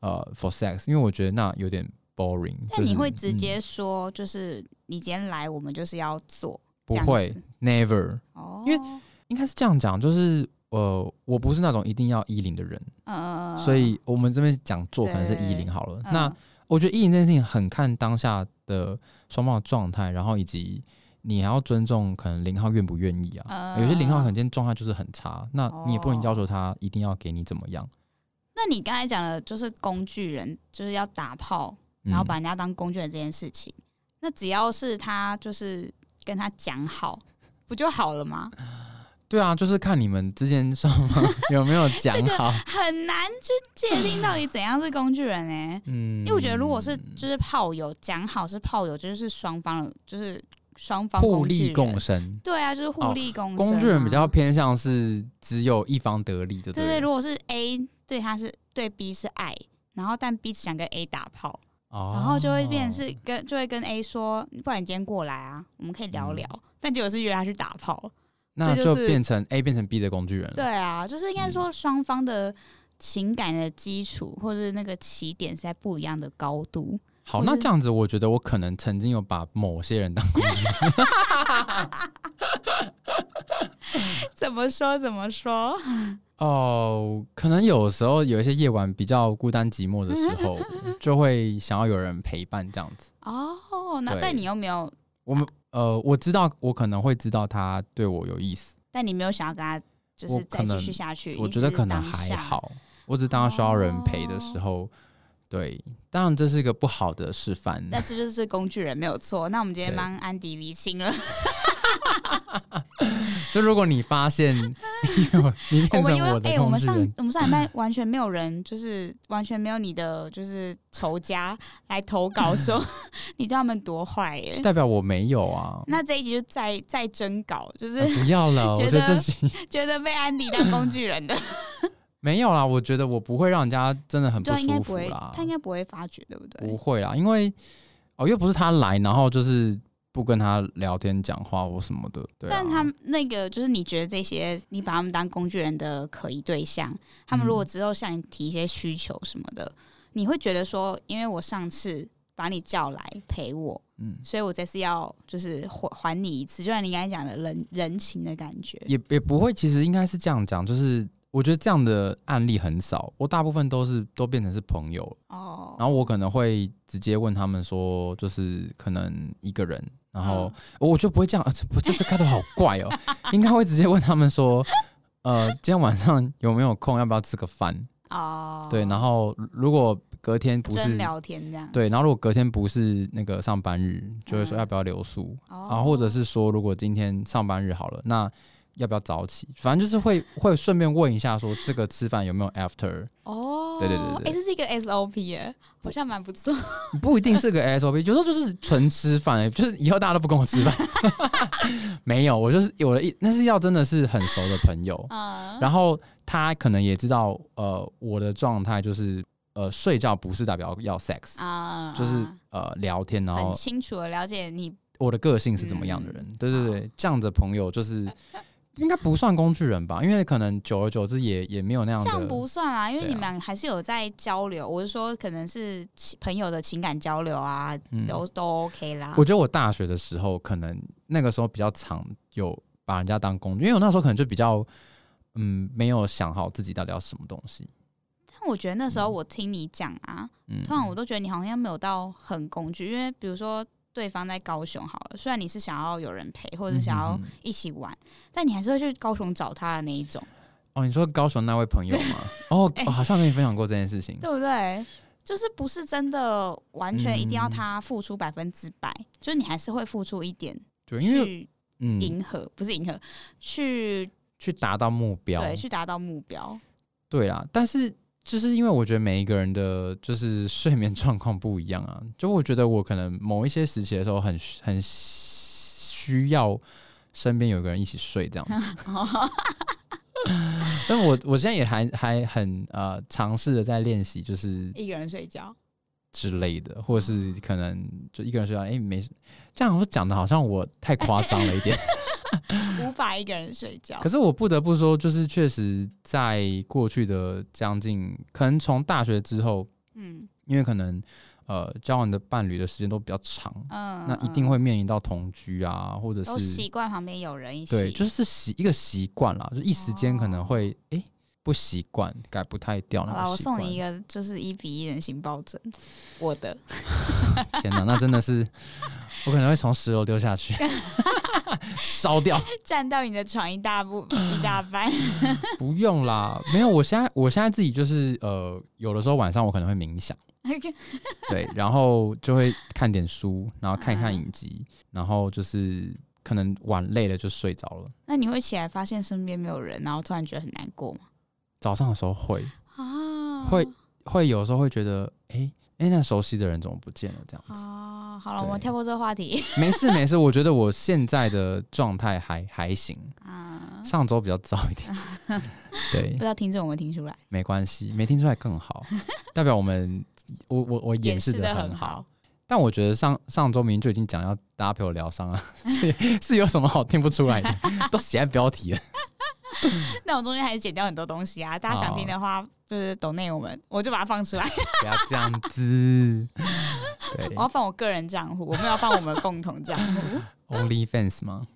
Speaker 2: 呃 for sex，因为我觉得那有点 boring、就是。
Speaker 1: 但你会直
Speaker 2: 嗯
Speaker 1: 接说，就是你今天来，我们就是要做
Speaker 2: 不
Speaker 1: 这样
Speaker 2: 会
Speaker 1: 子
Speaker 2: ？Never，
Speaker 1: 哦，
Speaker 2: 因为
Speaker 1: 嗯
Speaker 2: 应该是这样讲，就是呃，我不是那种一定要一零的人，
Speaker 1: 嗯，嗯
Speaker 2: 所以我们这边讲做可能是
Speaker 1: 对
Speaker 2: 一零好了。
Speaker 1: 嗯
Speaker 2: 那我觉得意淫这件事情很看当下的双方的状态，然后以及你还要尊重可能零号愿不愿意啊。
Speaker 1: 嗯
Speaker 2: 有些零号可能今天状态就是很差，那你也不能
Speaker 1: 哦
Speaker 2: 要求他一定要给你怎么样。
Speaker 1: 那你刚才讲的就是工具人，就是要打炮，然后
Speaker 2: 嗯
Speaker 1: 把人家当工具人这件事情，那只要是他就是跟他讲好，不就好了吗？
Speaker 2: 对啊，就是看你们之间双方 有没有讲好。
Speaker 1: 很难去界定到底怎样是工具人哎、
Speaker 2: 嗯，
Speaker 1: 因为我觉得如果是就是炮友讲好是炮友，就是双方的就是双方
Speaker 2: 互
Speaker 1: 工具
Speaker 2: 利
Speaker 1: 人
Speaker 2: 共生，
Speaker 1: 对啊，就是互
Speaker 2: 哦
Speaker 1: 利共生、
Speaker 2: 工具人比较。偏向是只有一方得利，对不
Speaker 1: 对对，如果是 A 对他是对 B 是爱，然后但 B 只想跟 A 打炮，
Speaker 2: 哦
Speaker 1: 然后就会变成是跟就会跟 A 说，不然你今天过来啊，我们可以聊聊。
Speaker 2: 嗯
Speaker 1: 但结果是约他去打炮。
Speaker 2: 那
Speaker 1: 这
Speaker 2: 就
Speaker 1: 就是
Speaker 2: 变成 A 变成 B 的工具人了。
Speaker 1: 对啊，就是应该说双方的情感的基础或者那个起点是在不一样的高度。
Speaker 2: 好，
Speaker 1: 或
Speaker 2: 那
Speaker 1: 是
Speaker 2: 这样子，我觉得我可能曾经有把某些人当工具人，
Speaker 1: 怎么说？怎么说？
Speaker 2: 哦，可能有时候有一些夜晚比较孤单寂寞的时 候，就会想要有人陪伴这样子。
Speaker 1: 哦，那
Speaker 2: 对
Speaker 1: 但你又没有，
Speaker 2: 我们呃，我知道我可能会知道他对我有意思，
Speaker 1: 但你没有想要跟他就
Speaker 2: 我
Speaker 1: 是再
Speaker 2: 可能
Speaker 1: 继续下去。
Speaker 2: 我
Speaker 1: 一
Speaker 2: 觉得
Speaker 1: 直
Speaker 2: 可能
Speaker 1: 当
Speaker 2: 还
Speaker 1: 下。哦
Speaker 2: 好。嗯我只当他需要人陪的时候，对，当然这是一个不好的示范。
Speaker 1: 那这就是工具人没有错。那我们今天
Speaker 2: 对
Speaker 1: 帮安迪厘清了，
Speaker 2: 就如果你 发现你有你
Speaker 1: 我们因
Speaker 2: 变成
Speaker 1: 为
Speaker 2: 我的
Speaker 1: 哎、我
Speaker 2: 工
Speaker 1: 们
Speaker 2: 具
Speaker 1: 上
Speaker 2: 人，
Speaker 1: 我们上礼拜完全没有人，就是完全没有你的就是仇家来投稿 说你对他们多坏耶、
Speaker 2: 就代表我没 有啊。
Speaker 1: 那这一集就再再征稿，就是
Speaker 2: 啊不要了，我
Speaker 1: 觉
Speaker 2: 觉得这
Speaker 1: 得
Speaker 2: 集
Speaker 1: 觉得被安迪当工具人的，
Speaker 2: 没有啦，我觉得我不会让人家真的很 不
Speaker 1: 对啊，应该
Speaker 2: 舒
Speaker 1: 不
Speaker 2: 服
Speaker 1: 会
Speaker 2: 啦，，
Speaker 1: 他应该不会发觉，对不对
Speaker 2: 不？会啦，因为哦，又不是他来，然后就是不跟他聊天、讲话或什么的。对、啊，
Speaker 1: 但他们那个就是你觉得这些，你把他们当工具人的可疑对象，他们如果之后向你提一些需求什么的，你会觉得说，因为我上次把你叫来陪我，
Speaker 2: 嗯，
Speaker 1: 所以我这次要就是还还你一次，就像你刚才讲的人人情的感觉。
Speaker 2: 也也不会，其实应该是这样讲，就是我觉得这样的案例很少，我大部分都是都变成是朋友了
Speaker 1: 哦，
Speaker 2: 然后我可能会直接问他们说，就是可能一个人，然
Speaker 1: 嗯
Speaker 2: 后、我就不会这样，啊、这不这这开头好怪哦， 应该会直接问他们说，呃，今天晚上有没有空，要不要吃个饭？
Speaker 1: 哦，
Speaker 2: 对，然后如果隔天不
Speaker 1: 真
Speaker 2: 是
Speaker 1: 聊天这样，
Speaker 2: 对，然后如果隔天不是那个上班日，就会说
Speaker 1: 嗯
Speaker 2: 要不要留宿，
Speaker 1: 哦，
Speaker 2: 然啊后或者是说如果今天上班日好了，那。要不要早起？反正就是会会顺便问一下，说这个吃饭有没有 after？
Speaker 1: 哦，
Speaker 2: 对对对对对
Speaker 1: 哎、这是一个 SOP 耶，好像蛮不错。
Speaker 2: 不一定是个 SOP，有时候就是纯吃饭、欸就是以后大家都不跟我吃饭。 没有，我就是有了一，那是要真的是很熟的朋友，
Speaker 1: 嗯，
Speaker 2: 然后他可能也知道，呃，我的状态就是，呃，睡觉不是代表要 sex，、
Speaker 1: 啊
Speaker 2: 就是呃聊天，然
Speaker 1: 很
Speaker 2: 后
Speaker 1: 清楚的了解你
Speaker 2: 我的个性是怎么样的
Speaker 1: 嗯
Speaker 2: 人，对对对，这样的朋 友就是应该不算工具人吧，因为可能久而久之也也没有那样
Speaker 1: 这样
Speaker 2: 的
Speaker 1: 不算啦，因为
Speaker 2: 对啊
Speaker 1: 你们还是有在交流。我是说，可能是亲朋友的情感交流啊，
Speaker 2: 嗯
Speaker 1: 都啊都 OK 啦。
Speaker 2: 我觉得我大学的时候，可能那个时候比较常有把人家当工具，因为我那时候可能就比较嗯没有想好自己到底要什么东西。
Speaker 1: 但我觉得那时候我听你讲啊，
Speaker 2: 嗯，
Speaker 1: 通常我都觉得你好像没有到很工具，因为比如说对方在高雄好了，虽然你是想要有人陪或者
Speaker 2: 嗯
Speaker 1: 想要
Speaker 2: 嗯嗯
Speaker 1: 一起玩，但你还是会去高雄找他的那一种，
Speaker 2: 哦，你说高雄那位朋友 吗？哦，
Speaker 1: 哎
Speaker 2: 我好像跟你分享过这件事情。
Speaker 1: 对不对？就是不是真的完全一定要
Speaker 2: 嗯
Speaker 1: 他付出百分之百，就是你还是会付出一点
Speaker 2: 对，因为
Speaker 1: 去
Speaker 2: 嗯，
Speaker 1: 迎合，不是迎合，去
Speaker 2: 去达到目标，
Speaker 1: 对，去达到目标。
Speaker 2: 对啦，但是。就是因为我觉得每一个人的就是睡眠状况不一样啊，就我觉得我可能某一些时期的时候很需很需要身边有个人一起睡这样子 但我我现在也还还很呃尝试的在练习，就是
Speaker 1: 一个人睡 觉，
Speaker 2: 之类的，或者是可能就一个人睡觉，哎、没事。这样我讲的好像我太夸张了一点，
Speaker 1: 无法一个人睡觉
Speaker 2: 可。是我不得不说，就是确实在过去的将近，可能从大学之后，
Speaker 1: 嗯
Speaker 2: 因为可能呃交往的伴侣的时间都比较长，
Speaker 1: 嗯，
Speaker 2: 那一定会面临到同居啊，或者
Speaker 1: 嗯都
Speaker 2: 是
Speaker 1: 习惯旁边有人一起。
Speaker 2: 对，就是习一个习惯啦，就一时间可能会哎、诶不习惯，改不太掉
Speaker 1: 哦好啦，
Speaker 2: 那
Speaker 1: 我
Speaker 2: 个习惯。
Speaker 1: 送你一个，就是一比一人形抱枕，我的。
Speaker 2: 天哪，那真的是， 我可能会从十楼丢 下去，烧掉。
Speaker 1: 占到你的床一大 步一大半。
Speaker 2: 不用啦，没有。我现在我现在自己就是呃，有的时候晚上我可能会冥想，对，然后就会看点书，然后看
Speaker 1: 嗯
Speaker 2: 一看影集，然后就是可能晚累了就睡着了。
Speaker 1: 那你会起来发现身边没有人，然后突然觉得很难过吗？
Speaker 2: 早上的时候会
Speaker 1: 啊，
Speaker 2: 会会有时候会觉得，哎、哎、那熟悉的人怎么不见了？这样子，
Speaker 1: 啊。好了，
Speaker 2: 对
Speaker 1: 我们跳过这个话题
Speaker 2: 没事没事，我觉得我现在的状态还还行，
Speaker 1: 啊。
Speaker 2: 上周比较糟一点，嗯 对
Speaker 1: 不知，道听众有没有听出来？
Speaker 2: 没关系，没听出来更好，代表我们我我我掩饰的
Speaker 1: 的
Speaker 2: 很好
Speaker 1: 好。。
Speaker 2: 但我觉得上上周明明就已经讲要大家陪我疗伤了， 是是有什么好听不出来 的？都写在标题了。
Speaker 1: 那我中间还是剪掉很多东西啊。大家想听的话，就是抖内我们，我就把它放出来。
Speaker 2: 不要这样子。对
Speaker 1: 我要放我个人账户，我没有放我们共同账 户。
Speaker 2: ，Only Fans 吗？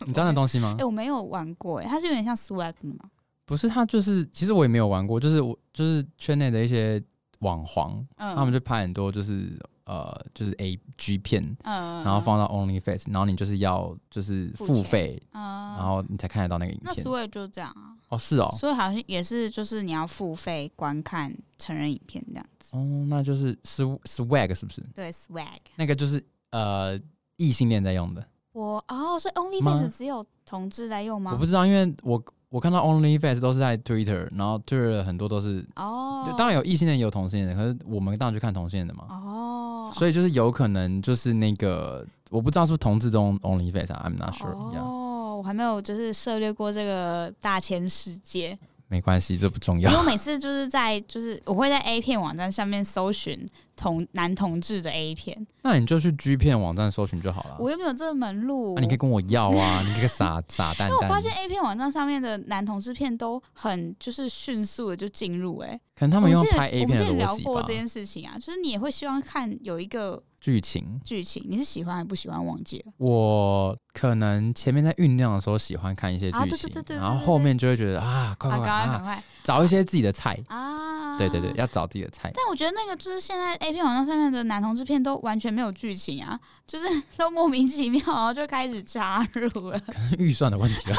Speaker 2: 你知道那东西吗
Speaker 1: 哎、？我没有玩过、哎，它是有点像 Swag 的吗？
Speaker 2: 不是，它就是其实我也没有玩过，就是我就是圈内的一些网黄，
Speaker 1: 嗯，
Speaker 2: 他们就拍很多就是呃就是 A G 片，
Speaker 1: 嗯，嗯
Speaker 2: 然后，放到 Only Fans，然后你就是要就是
Speaker 1: 付
Speaker 2: 付
Speaker 1: 钱
Speaker 2: 费，
Speaker 1: 嗯，
Speaker 2: 然后你才看得到那个影
Speaker 1: 那
Speaker 2: 片。
Speaker 1: Swag 就这样啊。
Speaker 2: 哦，是哦，
Speaker 1: 所以好像也是，就是你要付费观看成人影片这样子。
Speaker 2: 哦，那就是 Sw- Swag 是不是？
Speaker 1: 对，swag。
Speaker 2: 那个就是呃异性恋在用的，
Speaker 1: 我哦，所以
Speaker 2: 吗
Speaker 1: OnlyFans 只有同志在用吗？
Speaker 2: 我不知道，因为我我看到 OnlyFans 都是在 Twitter，然后 Twitter 的很多都是，
Speaker 1: 哦
Speaker 2: 对，当然有异性恋也有同性恋的，可是我们当然去看同性恋的嘛，
Speaker 1: 哦，
Speaker 2: 所以就是有可能就是那个我不知道是不是同志中啊
Speaker 1: 哦
Speaker 2: OnlyFans 啊，I'm not sure，、
Speaker 1: 哦，我还没有就是涉猎过这个大千世界。
Speaker 2: 没关系，这不重
Speaker 1: 因
Speaker 2: 要
Speaker 1: 为。我每次就是在就是我会在 A 片网站上面搜寻同男同志的 A 片，
Speaker 2: 那你就去 G 片网站搜寻就好了。
Speaker 1: 我又没有这个门路。
Speaker 2: 啊那、你可以跟我要啊，你这 个傻傻蛋蛋。
Speaker 1: 因为我发现 A 片网站上面的男同志片都很就是迅速的就进入、欸，哎，
Speaker 2: 可能他们
Speaker 1: 我
Speaker 2: 用
Speaker 1: 之前
Speaker 2: 拍 A
Speaker 1: 我们
Speaker 2: 片
Speaker 1: 之
Speaker 2: 的
Speaker 1: 前
Speaker 2: 逻
Speaker 1: 聊
Speaker 2: 辑
Speaker 1: 过这
Speaker 2: 吧，
Speaker 1: 件事情啊，就是你也会希望看有一个
Speaker 2: 剧情。
Speaker 1: 剧情，你是喜欢还不喜欢忘记了。
Speaker 2: 我可能前面在酝酿的时候喜欢看一些
Speaker 1: 啊对
Speaker 2: 剧
Speaker 1: 对
Speaker 2: 情，
Speaker 1: 对对对
Speaker 2: 然后
Speaker 1: 对
Speaker 2: 后
Speaker 1: 对
Speaker 2: 面就会觉得啊，快
Speaker 1: 啊，赶
Speaker 2: 快快
Speaker 1: 快
Speaker 2: 啊
Speaker 1: 赶，快
Speaker 2: 找一些自己的菜。
Speaker 1: 啊！
Speaker 2: 对对对，要找自己的菜。
Speaker 1: 但我觉得那个就是现在 A 片网站上面的男同志片都完全没有剧情啊，就是都莫名其妙，然后就开始插入 了，
Speaker 2: 预算的问题啊，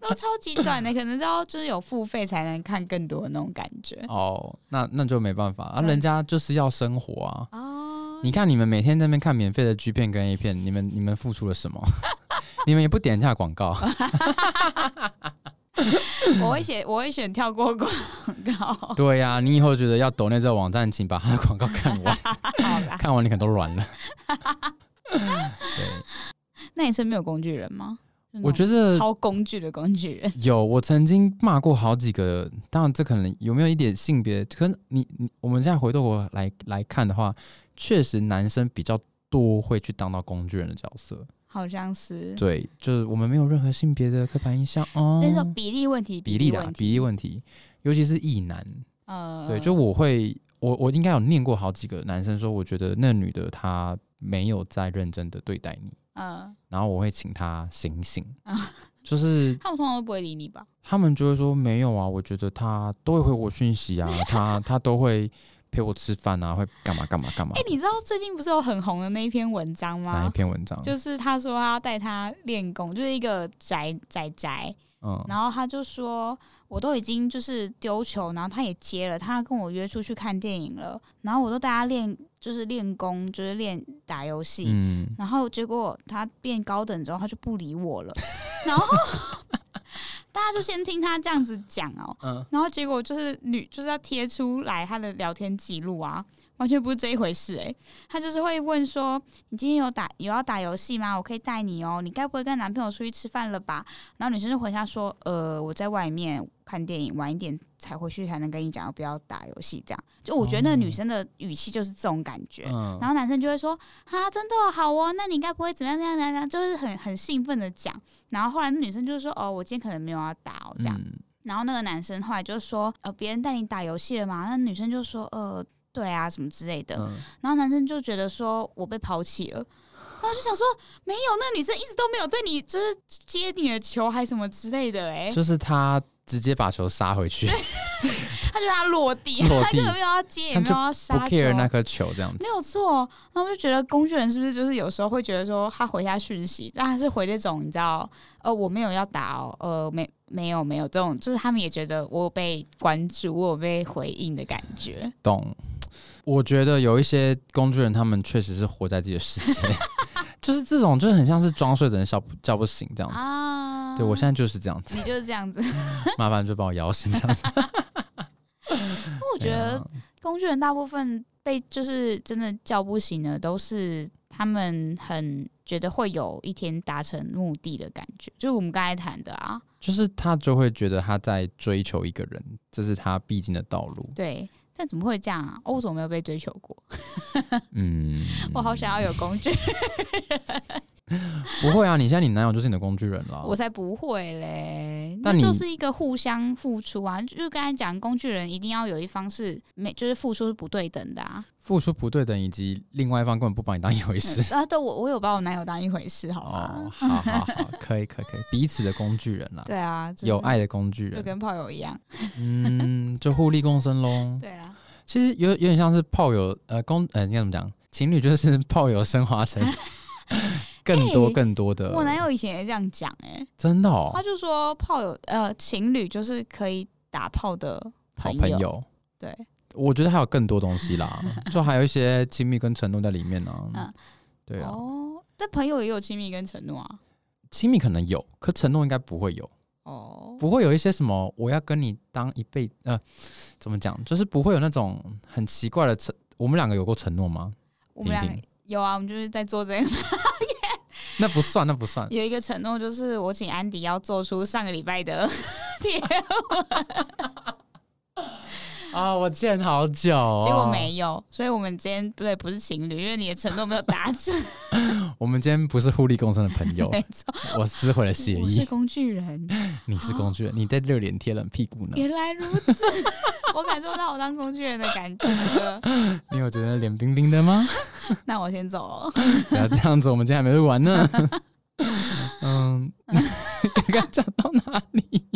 Speaker 1: 都超级短的，可能都要就是有付费才能看更多的那种感觉
Speaker 2: 哦，那那就没办法啊，
Speaker 1: 那
Speaker 2: 人家就是要生活啊。
Speaker 1: 哦。
Speaker 2: 你看你们每天在那边看免费的 G 片跟 A 片，你们你们付出了什么？ 你们也不点一下广告，
Speaker 1: 我会写，我会选跳过广告，
Speaker 2: 对呀、你以后觉得要抖那这个网站，请把它的广告看完，
Speaker 1: 好啦。
Speaker 2: 看完你可能都软了。对，
Speaker 1: 那你身边有工具人吗？就那种
Speaker 2: 我觉得
Speaker 1: 超工具的工具人，
Speaker 2: 有，我曾经骂过好几个，当然这可能有没有一点性别，可能你你我们现在回头我来来看的话，确实男生比较多会去当到工具人的角色，
Speaker 1: 好像是
Speaker 2: 对，就是我们没有任何性别的刻板印象哦，
Speaker 1: 那种比例问题，
Speaker 2: 比例的啊
Speaker 1: 问题，
Speaker 2: 比例问题，尤其是异男，
Speaker 1: 呃，
Speaker 2: 对，就我会我我应该有念过好几个男生说，我觉得那女的她没有在认真的对待你，
Speaker 1: 呃，
Speaker 2: 然后我会请她醒 醒
Speaker 1: 啊，
Speaker 2: 就是
Speaker 1: 他们通常都不会理你吧？
Speaker 2: 他们就会说没有啊，我觉得他都会回我讯息 啊，他他都会陪我吃饭啊，会干嘛干嘛干嘛
Speaker 1: 哎、。你知道最近不是有很红的那一篇文章
Speaker 2: 哪一
Speaker 1: 吗？
Speaker 2: 篇文章？
Speaker 1: 就是他说他要带他练功，就是一个宅宅宅，
Speaker 2: 嗯，
Speaker 1: 然后他就说我都已经就是丢球，然后他也接了，他跟我约出去看电影了，然后我都带他练就是练功，就是练打游戏，
Speaker 2: 嗯，
Speaker 1: 然后结果他变高等之后，他就不理我 了。然后 大家就先听他这样子讲哦，
Speaker 2: 嗯
Speaker 1: 然后结果就是女就是要贴出来他的聊天记录啊，完全不是这一回事诶、欸他就是会问说：“你今天有打有要打游戏吗？我可以带你哦。你该不会跟男朋友出去吃饭了吧？”然后女生就回答说：“呃，我在外面看电影，晚一点才回去才能跟你讲要不要打游戏。”这样，就我觉
Speaker 2: 哦
Speaker 1: 得那个女生的语气就是这种感觉。
Speaker 2: 嗯
Speaker 1: 然后男生就会说：“啊，真的哦好哦，那你应该不会怎么样怎么样怎么样，就是很很兴奋的讲。”然后后来那女生就说：“哦，我今天可能没有要打哦，这样。
Speaker 2: 嗯
Speaker 1: 然后那个男生后来就说：“呃，别人带你打游戏了嘛？”那女生就说：“呃，对啊，什么之类的。
Speaker 2: 嗯
Speaker 1: 然后男生就觉得说：“我被抛弃了。”然后就想说：“没有，那女生一直都没有对你就是接你的球还什么之类的、欸。”哎，
Speaker 2: 就是他直接把球杀回去，
Speaker 1: 他就让他落地，
Speaker 2: 落
Speaker 1: 他
Speaker 2: 地
Speaker 1: 根本没有要接，也
Speaker 2: 他
Speaker 1: 没
Speaker 2: 就
Speaker 1: 有要
Speaker 2: 不
Speaker 1: 杀球。啊
Speaker 2: care 那颗球这样子。
Speaker 1: 没有错，然后就觉得工具人是不是就是有时候会觉得说他回他讯息，但他是回那种你知道，呃，我没有要打哦，呃，没没有没有这种，就是他们也觉得我有被关注，我有被回应的感觉。
Speaker 2: 懂？我觉得有一些工具人，他们确实是活在自己的 世界，就是这种，就是很像是装睡的人叫不叫不醒这样子。
Speaker 1: 啊
Speaker 2: 对我现在就是这 样子，
Speaker 1: 你就是这样子，
Speaker 2: 麻烦就把我摇醒这 样子。啊
Speaker 1: 我觉得工具人大部分被就是真的叫不醒的，都是他们很觉得会有一天达成目的的感觉，就是我们刚才谈的啊，。
Speaker 2: 就是他就会觉得他在追求一个人，这是他必经的道路
Speaker 1: 对。但怎么会这样啊？哦我怎么没有被追求过？
Speaker 2: 嗯，
Speaker 1: 我好想要有工具
Speaker 2: 不会啊，你现在你男友就是你的工具人了。
Speaker 1: 我才不会嘞，那
Speaker 2: 但你
Speaker 1: 就是一个互相付出啊。就是刚才讲，工具人一定要有一方是没，就是付出是不对等的啊。
Speaker 2: 付出不对等，以及另外一方根本不把你当一回 事。
Speaker 1: 啊，对我我有把我男友当一回事，好吗？
Speaker 2: 哦，好好好，可以可以可以，彼此的工具人啦，
Speaker 1: 对啊，就是
Speaker 2: 有爱的工具
Speaker 1: 就
Speaker 2: 人，
Speaker 1: 跟炮友一样，
Speaker 2: 嗯，就互利共生喽。
Speaker 1: 对啊，
Speaker 2: 其实有有点像是炮友，呃，公，呃，应该怎么讲？情侣就是炮友升 华成更多
Speaker 1: 欸
Speaker 2: 更多的。
Speaker 1: 我男友以前也这样讲哎、
Speaker 2: 真的呃哦
Speaker 1: 他，就说炮友呃情侣就是可以打炮的
Speaker 2: 好
Speaker 1: 朋
Speaker 2: 朋友。
Speaker 1: 对，
Speaker 2: 我觉得还有更多东西 啦，就还有一些亲密跟承诺在里面呢、
Speaker 1: 嗯
Speaker 2: 对啊，
Speaker 1: 哦，但朋友也有亲密跟承诺啊，
Speaker 2: 亲密可能有，可承诺应该不会有，
Speaker 1: 哦，
Speaker 2: 不会有一些什么我要跟你当一辈呃，怎么讲，就是不会有那种很奇怪的承。我们两个有过承诺吗？
Speaker 1: 我们俩
Speaker 2: 平平
Speaker 1: 有啊，我们就是在做这个
Speaker 2: 那不算，那不算。
Speaker 1: 有一个承诺就是，我请安迪要做出上个礼拜的贴，
Speaker 2: 啊，我见好久、哦，
Speaker 1: 结果。没有，所以我们今天不对，不是情侣，因为你的承诺没有达成，
Speaker 2: 我们今天不是互利共生的朋 友，
Speaker 1: 没错，
Speaker 2: 我撕毁了协
Speaker 1: 我是
Speaker 2: 议。
Speaker 1: 工具 人，
Speaker 2: 你是工具人，你在热脸贴冷屁股呢。
Speaker 1: 原来如此， 我感受到我当工具人的感觉了。
Speaker 2: 你有觉得脸冰冰的 吗？
Speaker 1: 那我先走哦了，
Speaker 2: 不要这样子，我们今天还没录 完呢。嗯， 刚刚讲到哪 里？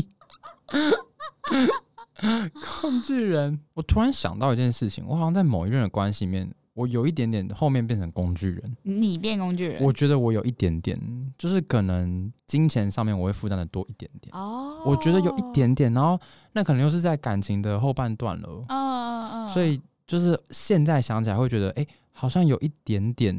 Speaker 2: 工具人。我突然想到一件事情，我好像在某一任的关系里面，我有一点点后面变成工具人。
Speaker 1: 你变工具人，
Speaker 2: 我觉得我有一点点，就是可能金钱上面我会负担的多一点点。
Speaker 1: 哦，
Speaker 2: 我觉得有一，点点，然后那可能又是在感情的后半段了，
Speaker 1: 嗯嗯嗯，
Speaker 2: 所以就是现在想起来会觉得，哎、好像有一点点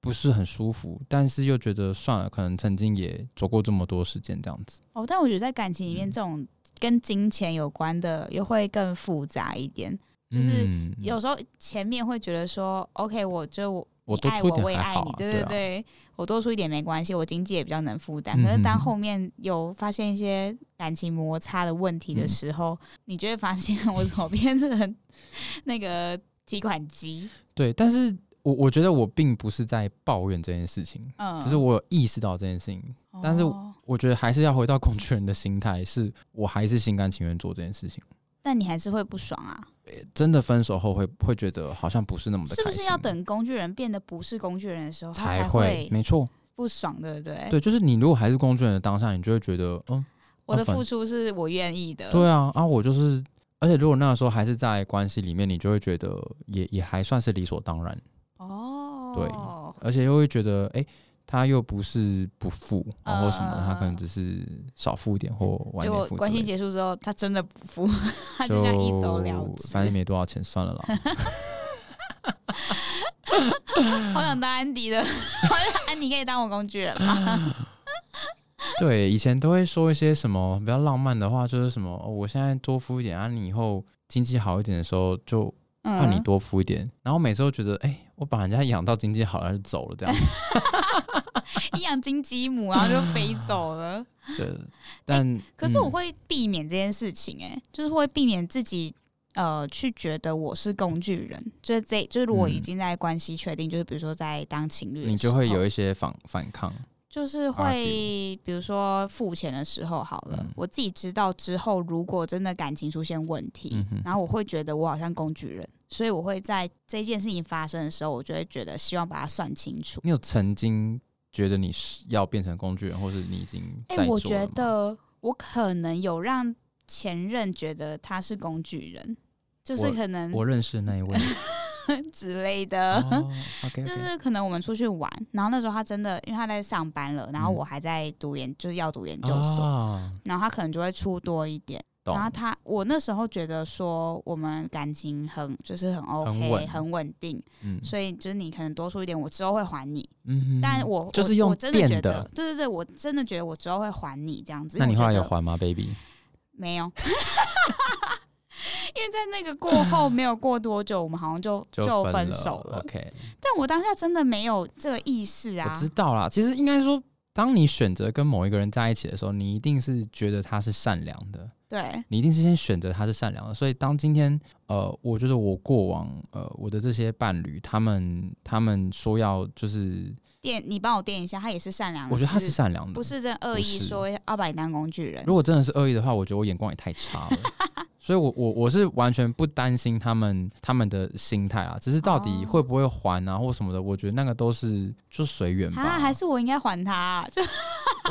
Speaker 2: 不是很舒服，但是又觉得算了，可能曾经也走过这么多时间这样子。
Speaker 1: 哦，但我觉得在感情里面，这种跟金钱有关的又会更复杂一点。就是
Speaker 2: 嗯、
Speaker 1: 有时候前面会觉得说，OK，我就我
Speaker 2: 我
Speaker 1: 你
Speaker 2: 多
Speaker 1: 爱
Speaker 2: 出一
Speaker 1: 我
Speaker 2: 点
Speaker 1: 我也
Speaker 2: 还
Speaker 1: 爱
Speaker 2: 好
Speaker 1: 你
Speaker 2: 啊，
Speaker 1: 对对
Speaker 2: 对啊
Speaker 1: 对，我多出一点没关系，我经济也比较能负担。
Speaker 2: 嗯
Speaker 1: 可是当
Speaker 2: 哼
Speaker 1: 后面有发现一些感情摩擦的问题的
Speaker 2: 嗯
Speaker 1: 时候，你就会发现我怎么变成 那个提款机？
Speaker 2: 对，但是我我觉得我并不是在抱怨这件事情，
Speaker 1: 嗯，
Speaker 2: 只是我有意识到这件事情。但是
Speaker 1: 哦
Speaker 2: 我觉得还是要回到工具人的心态，是我还是心甘情愿做这件事情。
Speaker 1: 但你还是会不爽啊，
Speaker 2: 真的分手后会会觉得好像不是那么的
Speaker 1: 是
Speaker 2: 开
Speaker 1: 不
Speaker 2: 心，啊
Speaker 1: 是要等工具人变得不是工具人的时候，他
Speaker 2: 才
Speaker 1: 会
Speaker 2: 没错，
Speaker 1: 不爽，对不对？
Speaker 2: 对，就是你如果还是工具人的当下，你就会觉得，嗯，
Speaker 1: 我的
Speaker 2: 啊反
Speaker 1: 付出是我愿意的。
Speaker 2: 对啊，啊，我就是，而且如果那个时候还是在关系里面，你就会觉得也也还算是理所当然，
Speaker 1: 哦，
Speaker 2: 对而且又会觉得，哎、他又不是不付，啊、或什么的，他可
Speaker 1: 嗯嗯嗯
Speaker 2: 能只是少付一点或晚
Speaker 1: 结
Speaker 2: 点欸
Speaker 1: 果
Speaker 2: 付之
Speaker 1: 嗯关
Speaker 2: 类
Speaker 1: 系
Speaker 2: 的，
Speaker 1: 结束之后，他真的不付， 他
Speaker 2: 就
Speaker 1: 就这样一走了
Speaker 2: 反正
Speaker 1: 之。
Speaker 2: 没多少钱，算了啦。
Speaker 1: 好想当安迪的， 好想安迪可以当我工具人吗？
Speaker 2: 哎对，以前都会说一些什么比较浪漫的话，就是什么、哦我现在多付一点啊，你以后经济好一点的时候就 换你
Speaker 1: 嗯，
Speaker 2: 多付一点。然后每次都觉得，哎、我把人家养到经济好了就走了这样子。
Speaker 1: 你养金鸡母，然后就飞走了。
Speaker 2: 这，但
Speaker 1: 哎可是我
Speaker 2: 嗯
Speaker 1: 会避免这件事情、哎、就是会避免自己呃去觉得我是工具人，就是这就是如果已
Speaker 2: 嗯
Speaker 1: 经在关系确定，就是比如说在当情侣的时候，
Speaker 2: 你就会
Speaker 1: 嗯
Speaker 2: 有一些反反抗。
Speaker 1: 就是会，比如说付钱的时候好了，
Speaker 2: 嗯
Speaker 1: 我自己知道之后，如果真的感情出现问题，
Speaker 2: 嗯哼
Speaker 1: 然后我会觉得我好像工具人，所以我会在这件事情发生的时候，我就会觉得希望把它算清楚。
Speaker 2: 你有曾经觉得你是要变成工具人，或是你已经
Speaker 1: 哎、
Speaker 2: 在
Speaker 1: 我
Speaker 2: 做了
Speaker 1: 觉
Speaker 2: 吗
Speaker 1: 得我可能有让前任觉得他是工具人，就是可能
Speaker 2: 我认识的那一位
Speaker 1: 之类 的。
Speaker 2: 哦，OK
Speaker 1: 嗯就
Speaker 2: OK，
Speaker 1: 是可能我们出去玩，然后那时候他真的，因为他在上班了，然后
Speaker 2: 嗯
Speaker 1: 我还在读研，就是要读研究所，
Speaker 2: 啊，
Speaker 1: 然后他可能就会出多一点。
Speaker 2: 懂
Speaker 1: 然，后他，我那时候觉得说我们感情很就是很 OK，
Speaker 2: 稳
Speaker 1: 很稳定，
Speaker 2: 嗯
Speaker 1: 所以就是你可能多出一点，我之后会还你。
Speaker 2: 嗯哼，
Speaker 1: 但我
Speaker 2: 就是
Speaker 1: 我
Speaker 2: 用
Speaker 1: 我真的觉
Speaker 2: 电的
Speaker 1: 得，对对对，我真的觉得我之后会还你这样子。
Speaker 2: 那你
Speaker 1: 因为
Speaker 2: 后
Speaker 1: 我
Speaker 2: 来
Speaker 1: 觉
Speaker 2: 有
Speaker 1: 得
Speaker 2: 还吗，baby？
Speaker 1: 没有？ 因为在那个过后没有过多久，我们好像就就分
Speaker 2: 分
Speaker 1: 手了。
Speaker 2: OK，
Speaker 1: 但我当下真的没有这个意识
Speaker 2: 我
Speaker 1: 啊，
Speaker 2: 知道啦。其实应该说，当你选择跟某一个人在一起的时候，你一定是觉得他是善良的，
Speaker 1: 对，
Speaker 2: 你一定是先选择他是善良的。所以当今天，呃，我觉得我过往，呃，我的这些伴侣，他们他们说要就是，
Speaker 1: 电你帮我电一下，他也是善良的，
Speaker 2: 我觉得他
Speaker 1: 只
Speaker 2: 是善良的，
Speaker 1: 不是真的恶意
Speaker 2: 不是
Speaker 1: 说要把你当工具人
Speaker 2: 如。果真的是恶意的话，我觉得我眼光也太差了。 所以我，我我是完全不担心他们他们的心态啊，只是到底
Speaker 1: 哦
Speaker 2: 会不会还啊，或什么的，我觉得那个都是就随缘吧。
Speaker 1: 啊，还是我应该还他啊、就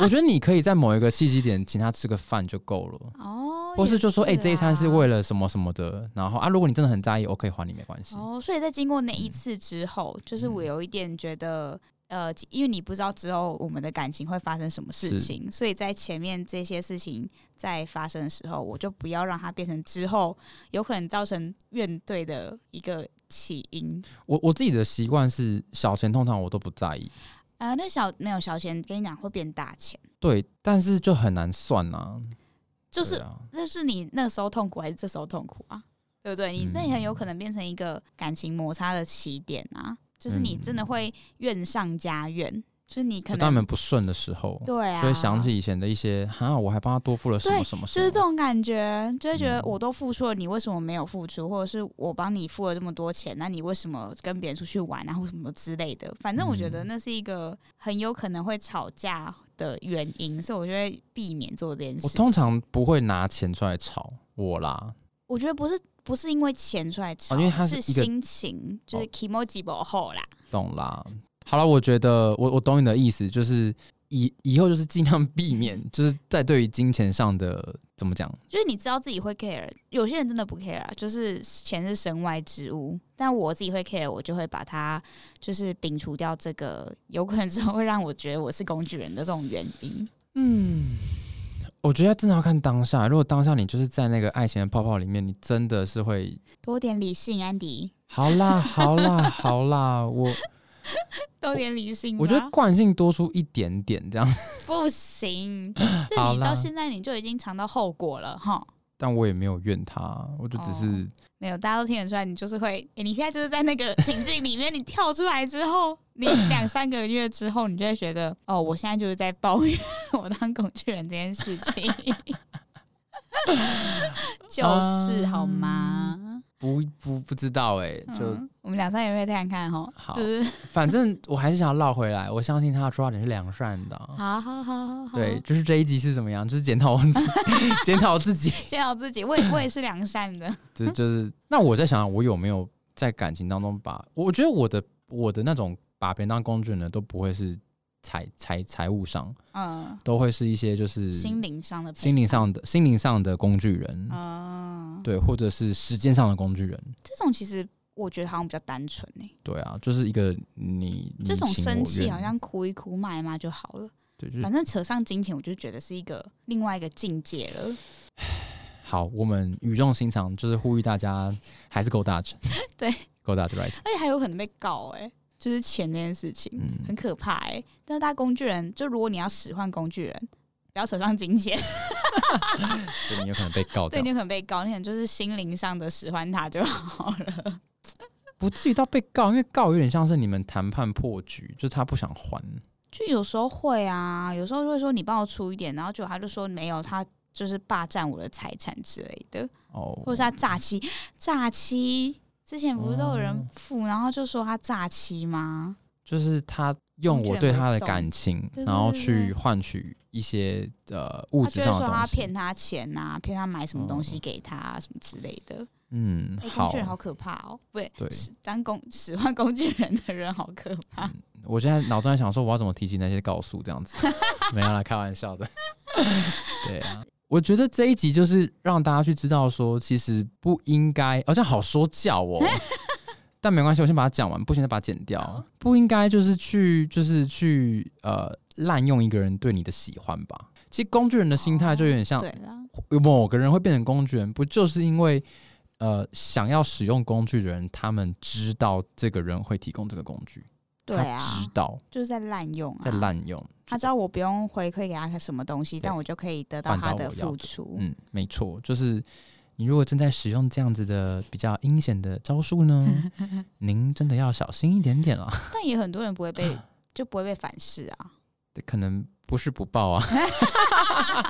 Speaker 2: 我觉得你可以在某一个契机点请他吃个饭就够了，
Speaker 1: 哦，
Speaker 2: 或
Speaker 1: 也
Speaker 2: 是
Speaker 1: 是啊
Speaker 2: 就说，哎、这一餐是为
Speaker 1: 了
Speaker 2: 了什么什么的，然后啊，如果你真的很在意，我可以还你没关系。
Speaker 1: 哦，所以在经过那一次之后，就是我
Speaker 2: 嗯
Speaker 1: 有一点觉得。呃，因为你不知道之后我们的感情会发生什么事
Speaker 2: 是
Speaker 1: 情，所以在前面这些事情在发生的时候，我就不要让它变成之后有可能造成怨怼的一个起因。
Speaker 2: 我我自己的习惯是，小钱通常我都不在意，
Speaker 1: 啊、那小没有小钱，跟你讲会变大钱，
Speaker 2: 对，但是就很难算啊。
Speaker 1: 就
Speaker 2: 对
Speaker 1: 是
Speaker 2: 啊、
Speaker 1: 那是你那时候痛苦还是这时候痛苦啊？对不对？你
Speaker 2: 嗯
Speaker 1: 那也很有可能变成一个感情摩擦的起点啊，就是你真的会怨上加怨。就是你可
Speaker 2: 嗯就当
Speaker 1: 能
Speaker 2: 你们不顺的时候，
Speaker 1: 对啊，
Speaker 2: 就会想起以前的一些，哈，我还帮他多付了什么
Speaker 1: 对
Speaker 2: 什么什
Speaker 1: 就
Speaker 2: 么，
Speaker 1: 是这种感觉，就会觉得
Speaker 2: 嗯
Speaker 1: 我都付出了，你为什么没有付出？或者是我帮你付了这么多钱，那你为什么跟别人出去玩啊，或什么之类的？反正我觉得
Speaker 2: 嗯
Speaker 1: 那是一个很有可能会吵架的原因，所以我就会避免做这件事
Speaker 2: 我
Speaker 1: 情。
Speaker 2: 通常不会拿钱出来吵我啦，
Speaker 1: 我觉得不是不是因为钱出来吵，
Speaker 2: 哦因为它是
Speaker 1: 是
Speaker 2: 一个
Speaker 1: 心情，就是
Speaker 2: 哦
Speaker 1: emoji 不后啦。
Speaker 2: 懂啦。好了，我觉得我我懂你的意思，就是以以后就是尽量避免，就是在对于金钱上的怎么讲，
Speaker 1: 就是你知道自己会 care，有些人真的不 care 啊，就是钱是身外之物。但我自己会 care，我就会把它就是摒除掉这个有可能之后会让我觉得我是工具人的这种原因。
Speaker 2: 嗯，我觉得真的要看当下。如果当下你就是在那个爱情的泡泡里面，你真的是会，
Speaker 1: 多点理性，安迪，
Speaker 2: 好 啦，好啦，好啦，我
Speaker 1: 嗯多点理性吧。
Speaker 2: 我觉得惯性多出一点点 这样，
Speaker 1: 不 行，这
Speaker 2: 好
Speaker 1: 你
Speaker 2: 啦
Speaker 1: 到现在你就已经尝到后果了哈。
Speaker 2: 但我也没有怨他，我就只是
Speaker 1: 没有，大家都听得出来，你就是会，诶你现在就是在那个情境里面，你跳出来之后，你两三个月之后，你就会觉得，哦，我现在就是在抱怨 我当工具人这件事情，就是好吗？
Speaker 2: 不不不知道哎、就、
Speaker 1: 哦嗯我们两三个月再看看哈，
Speaker 2: 好
Speaker 1: 就是
Speaker 2: 反正我还是想要绕回来，我相信他的出发点是良善的啊、
Speaker 1: 好好好好好，
Speaker 2: 对，，就是这一集是怎么样？就是检讨我自 己，检讨自己。
Speaker 1: 见到自己，我 也我也是良善的，
Speaker 2: 这就是那我在想，我有没有在感情当中把？我觉得我的我的那种把别人当工具人的都不会是财财财务上，
Speaker 1: 嗯，
Speaker 2: 都会是一些就是
Speaker 1: 心灵上的陪
Speaker 2: 心灵上的心灵上的工具人，
Speaker 1: 伴，嗯，
Speaker 2: 对，或者是时间上的工具人，
Speaker 1: 这种其实我觉得好像比较单纯呢、
Speaker 2: 对啊，就是一个你你
Speaker 1: 这种
Speaker 2: 嗯情
Speaker 1: 生
Speaker 2: 我
Speaker 1: 气
Speaker 2: 愿
Speaker 1: 好像哭一哭骂一骂就好了。
Speaker 2: 对，就是
Speaker 1: 反正扯上金钱，我就觉得是一个另外一个境界了。
Speaker 2: 好，我们语重心长，就是呼吁大家还是 go Dutch，
Speaker 1: 对
Speaker 2: ，go Dutch right，
Speaker 1: 而且还有可能被告哎、就是钱这件事情、
Speaker 2: 嗯
Speaker 1: 很可怕哎、但是大家工具人，就如果你要使唤工具人，不要扯上金 钱，
Speaker 2: 对你有可能被告
Speaker 1: 对
Speaker 2: 掉
Speaker 1: 你，有可能被告，你可能就是心灵上的使唤他就好了。
Speaker 2: 不至于到被告，因为告有点像是你们谈判破局，就是他不想还，
Speaker 1: 就有时候会啊，有时候就会说你帮我出一点，然后结果他就说没有，他就是霸占我的财产之类的，
Speaker 2: 哦，
Speaker 1: 或者是他诈欺，诈欺。之前不是都有人
Speaker 2: 哦
Speaker 1: 付，然后就说他诈欺吗？
Speaker 2: 就是他用我对他的感情，
Speaker 1: 对对对
Speaker 2: 然后去换取一些呃物
Speaker 1: 他就
Speaker 2: 质
Speaker 1: 会
Speaker 2: 上
Speaker 1: 说
Speaker 2: 的
Speaker 1: 他
Speaker 2: 东
Speaker 1: 骗
Speaker 2: 西。
Speaker 1: 他钱啊，骗他买什么东西给他、啊、什么之类的。
Speaker 2: 嗯，
Speaker 1: 哎、工
Speaker 2: 好
Speaker 1: 具，人好可怕哦！不对，
Speaker 2: 对
Speaker 1: 使当工使唤工具人的人好可怕。
Speaker 2: 我现在脑中在想说我要怎么提起那些告诉这样子，没有啦，开玩笑的。对啊，我觉得这一集就是让大家去知道说，其实不应该，好、像好说 教哦。但没关系，我先把它讲完，不行再把它剪掉。不应该就是去就是去呃滥用一个人对你的喜欢吧。其实工具人的心态就有点像
Speaker 1: 哦对啦，
Speaker 2: 有某个人会变成工具人，不就是因为呃想要使用工具的人，他们知道这个人会提供这个工具，
Speaker 1: 对啊
Speaker 2: 他，知道
Speaker 1: 就是在滥用啊，
Speaker 2: 在滥用，
Speaker 1: 他知道我不用回馈给他什么东西，但我就可以得到
Speaker 2: 换到
Speaker 1: 他的
Speaker 2: 我要
Speaker 1: 付
Speaker 2: 的
Speaker 1: 出。
Speaker 2: 嗯，没错，就是你如果正在使用这样子的比较阴险的招数呢，您真的要小心一点点啊了，
Speaker 1: 但也很多人不会被，就不会被反噬啊。
Speaker 2: 可能不是不报啊。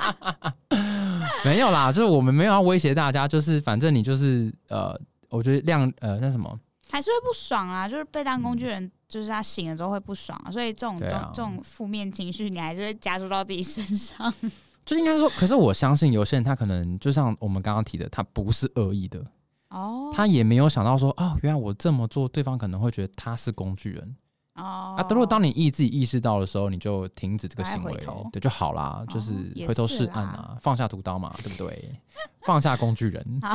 Speaker 2: 没有啦，就是我们没有要威胁大家，就是反正你就是呃，我觉得量呃那什么，
Speaker 1: 还是会不爽啊，就是被当工具人，就是他醒了之后会不爽、啊，所以这种东、
Speaker 2: 嗯对啊
Speaker 1: 这种负面情绪，你还是会加注到自己身上。
Speaker 2: 就是应该说，可是我相信有些人他可能就像我们刚刚提的，他不是恶意的，
Speaker 1: 哦，
Speaker 2: 他也没有想到说啊、原来我这么做，对方可能会觉得他是工具人、
Speaker 1: 哦
Speaker 2: 啊。如果当你意自己意识到的时候，你就停止这个行
Speaker 1: 赶快
Speaker 2: 为
Speaker 1: 回头，哦
Speaker 2: 对就好啦，就是
Speaker 1: 也
Speaker 2: 回头
Speaker 1: 是
Speaker 2: 是岸啊，放下屠刀嘛，对不对？放下工具人
Speaker 1: 好，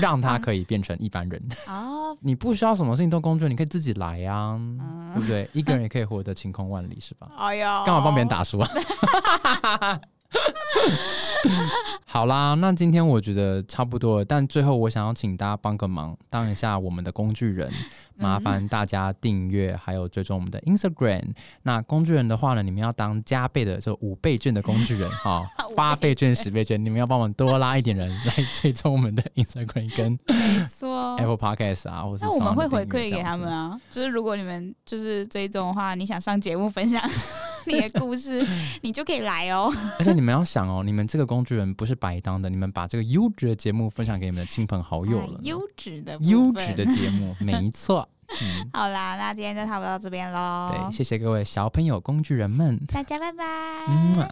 Speaker 2: 让他可以变成一般人。
Speaker 1: 哦，
Speaker 2: 你不需要什么事情都工具人，你可以自己来啊，
Speaker 1: 嗯
Speaker 2: 对不对？一个人也可以活得晴空万里，是吧？
Speaker 1: 哎呦，，
Speaker 2: 干嘛帮别人？打输啊？好啦，那今天我觉得差不多了，但最后我想要请大家帮个忙，当一下我们的工具人，麻烦大家订阅还有追踪我们的 Instagram。那工具人的话呢，你们要当加倍的，就五倍券的工具人哈 八倍券、十倍券，你们要帮我们多拉一点人来追踪我们的 Instagram 跟
Speaker 1: 没错，哦
Speaker 2: Apple Podcast 啊，或是
Speaker 1: 那我们
Speaker 2: Sound
Speaker 1: 会
Speaker 2: 的订
Speaker 1: 回
Speaker 2: 阅
Speaker 1: 馈
Speaker 2: 这
Speaker 1: 给
Speaker 2: 样
Speaker 1: 他
Speaker 2: 子
Speaker 1: 们啊，就是如果你们就是追踪的话，你想上节目分享 你的故 事，你就可以来哦。
Speaker 2: 而且你们要想哦，你们这个工具人不是白当的，你们把这个优质的节目分享给你们的亲朋好友了
Speaker 1: 啊
Speaker 2: 呢，
Speaker 1: 优质的部
Speaker 2: 优
Speaker 1: 分
Speaker 2: 质的。节目，没错。嗯，
Speaker 1: 好啦，那 今天就差不多到这边喽
Speaker 2: 对，，谢谢各位小朋友工具人们，
Speaker 1: 大家拜拜。
Speaker 2: 嗯啊。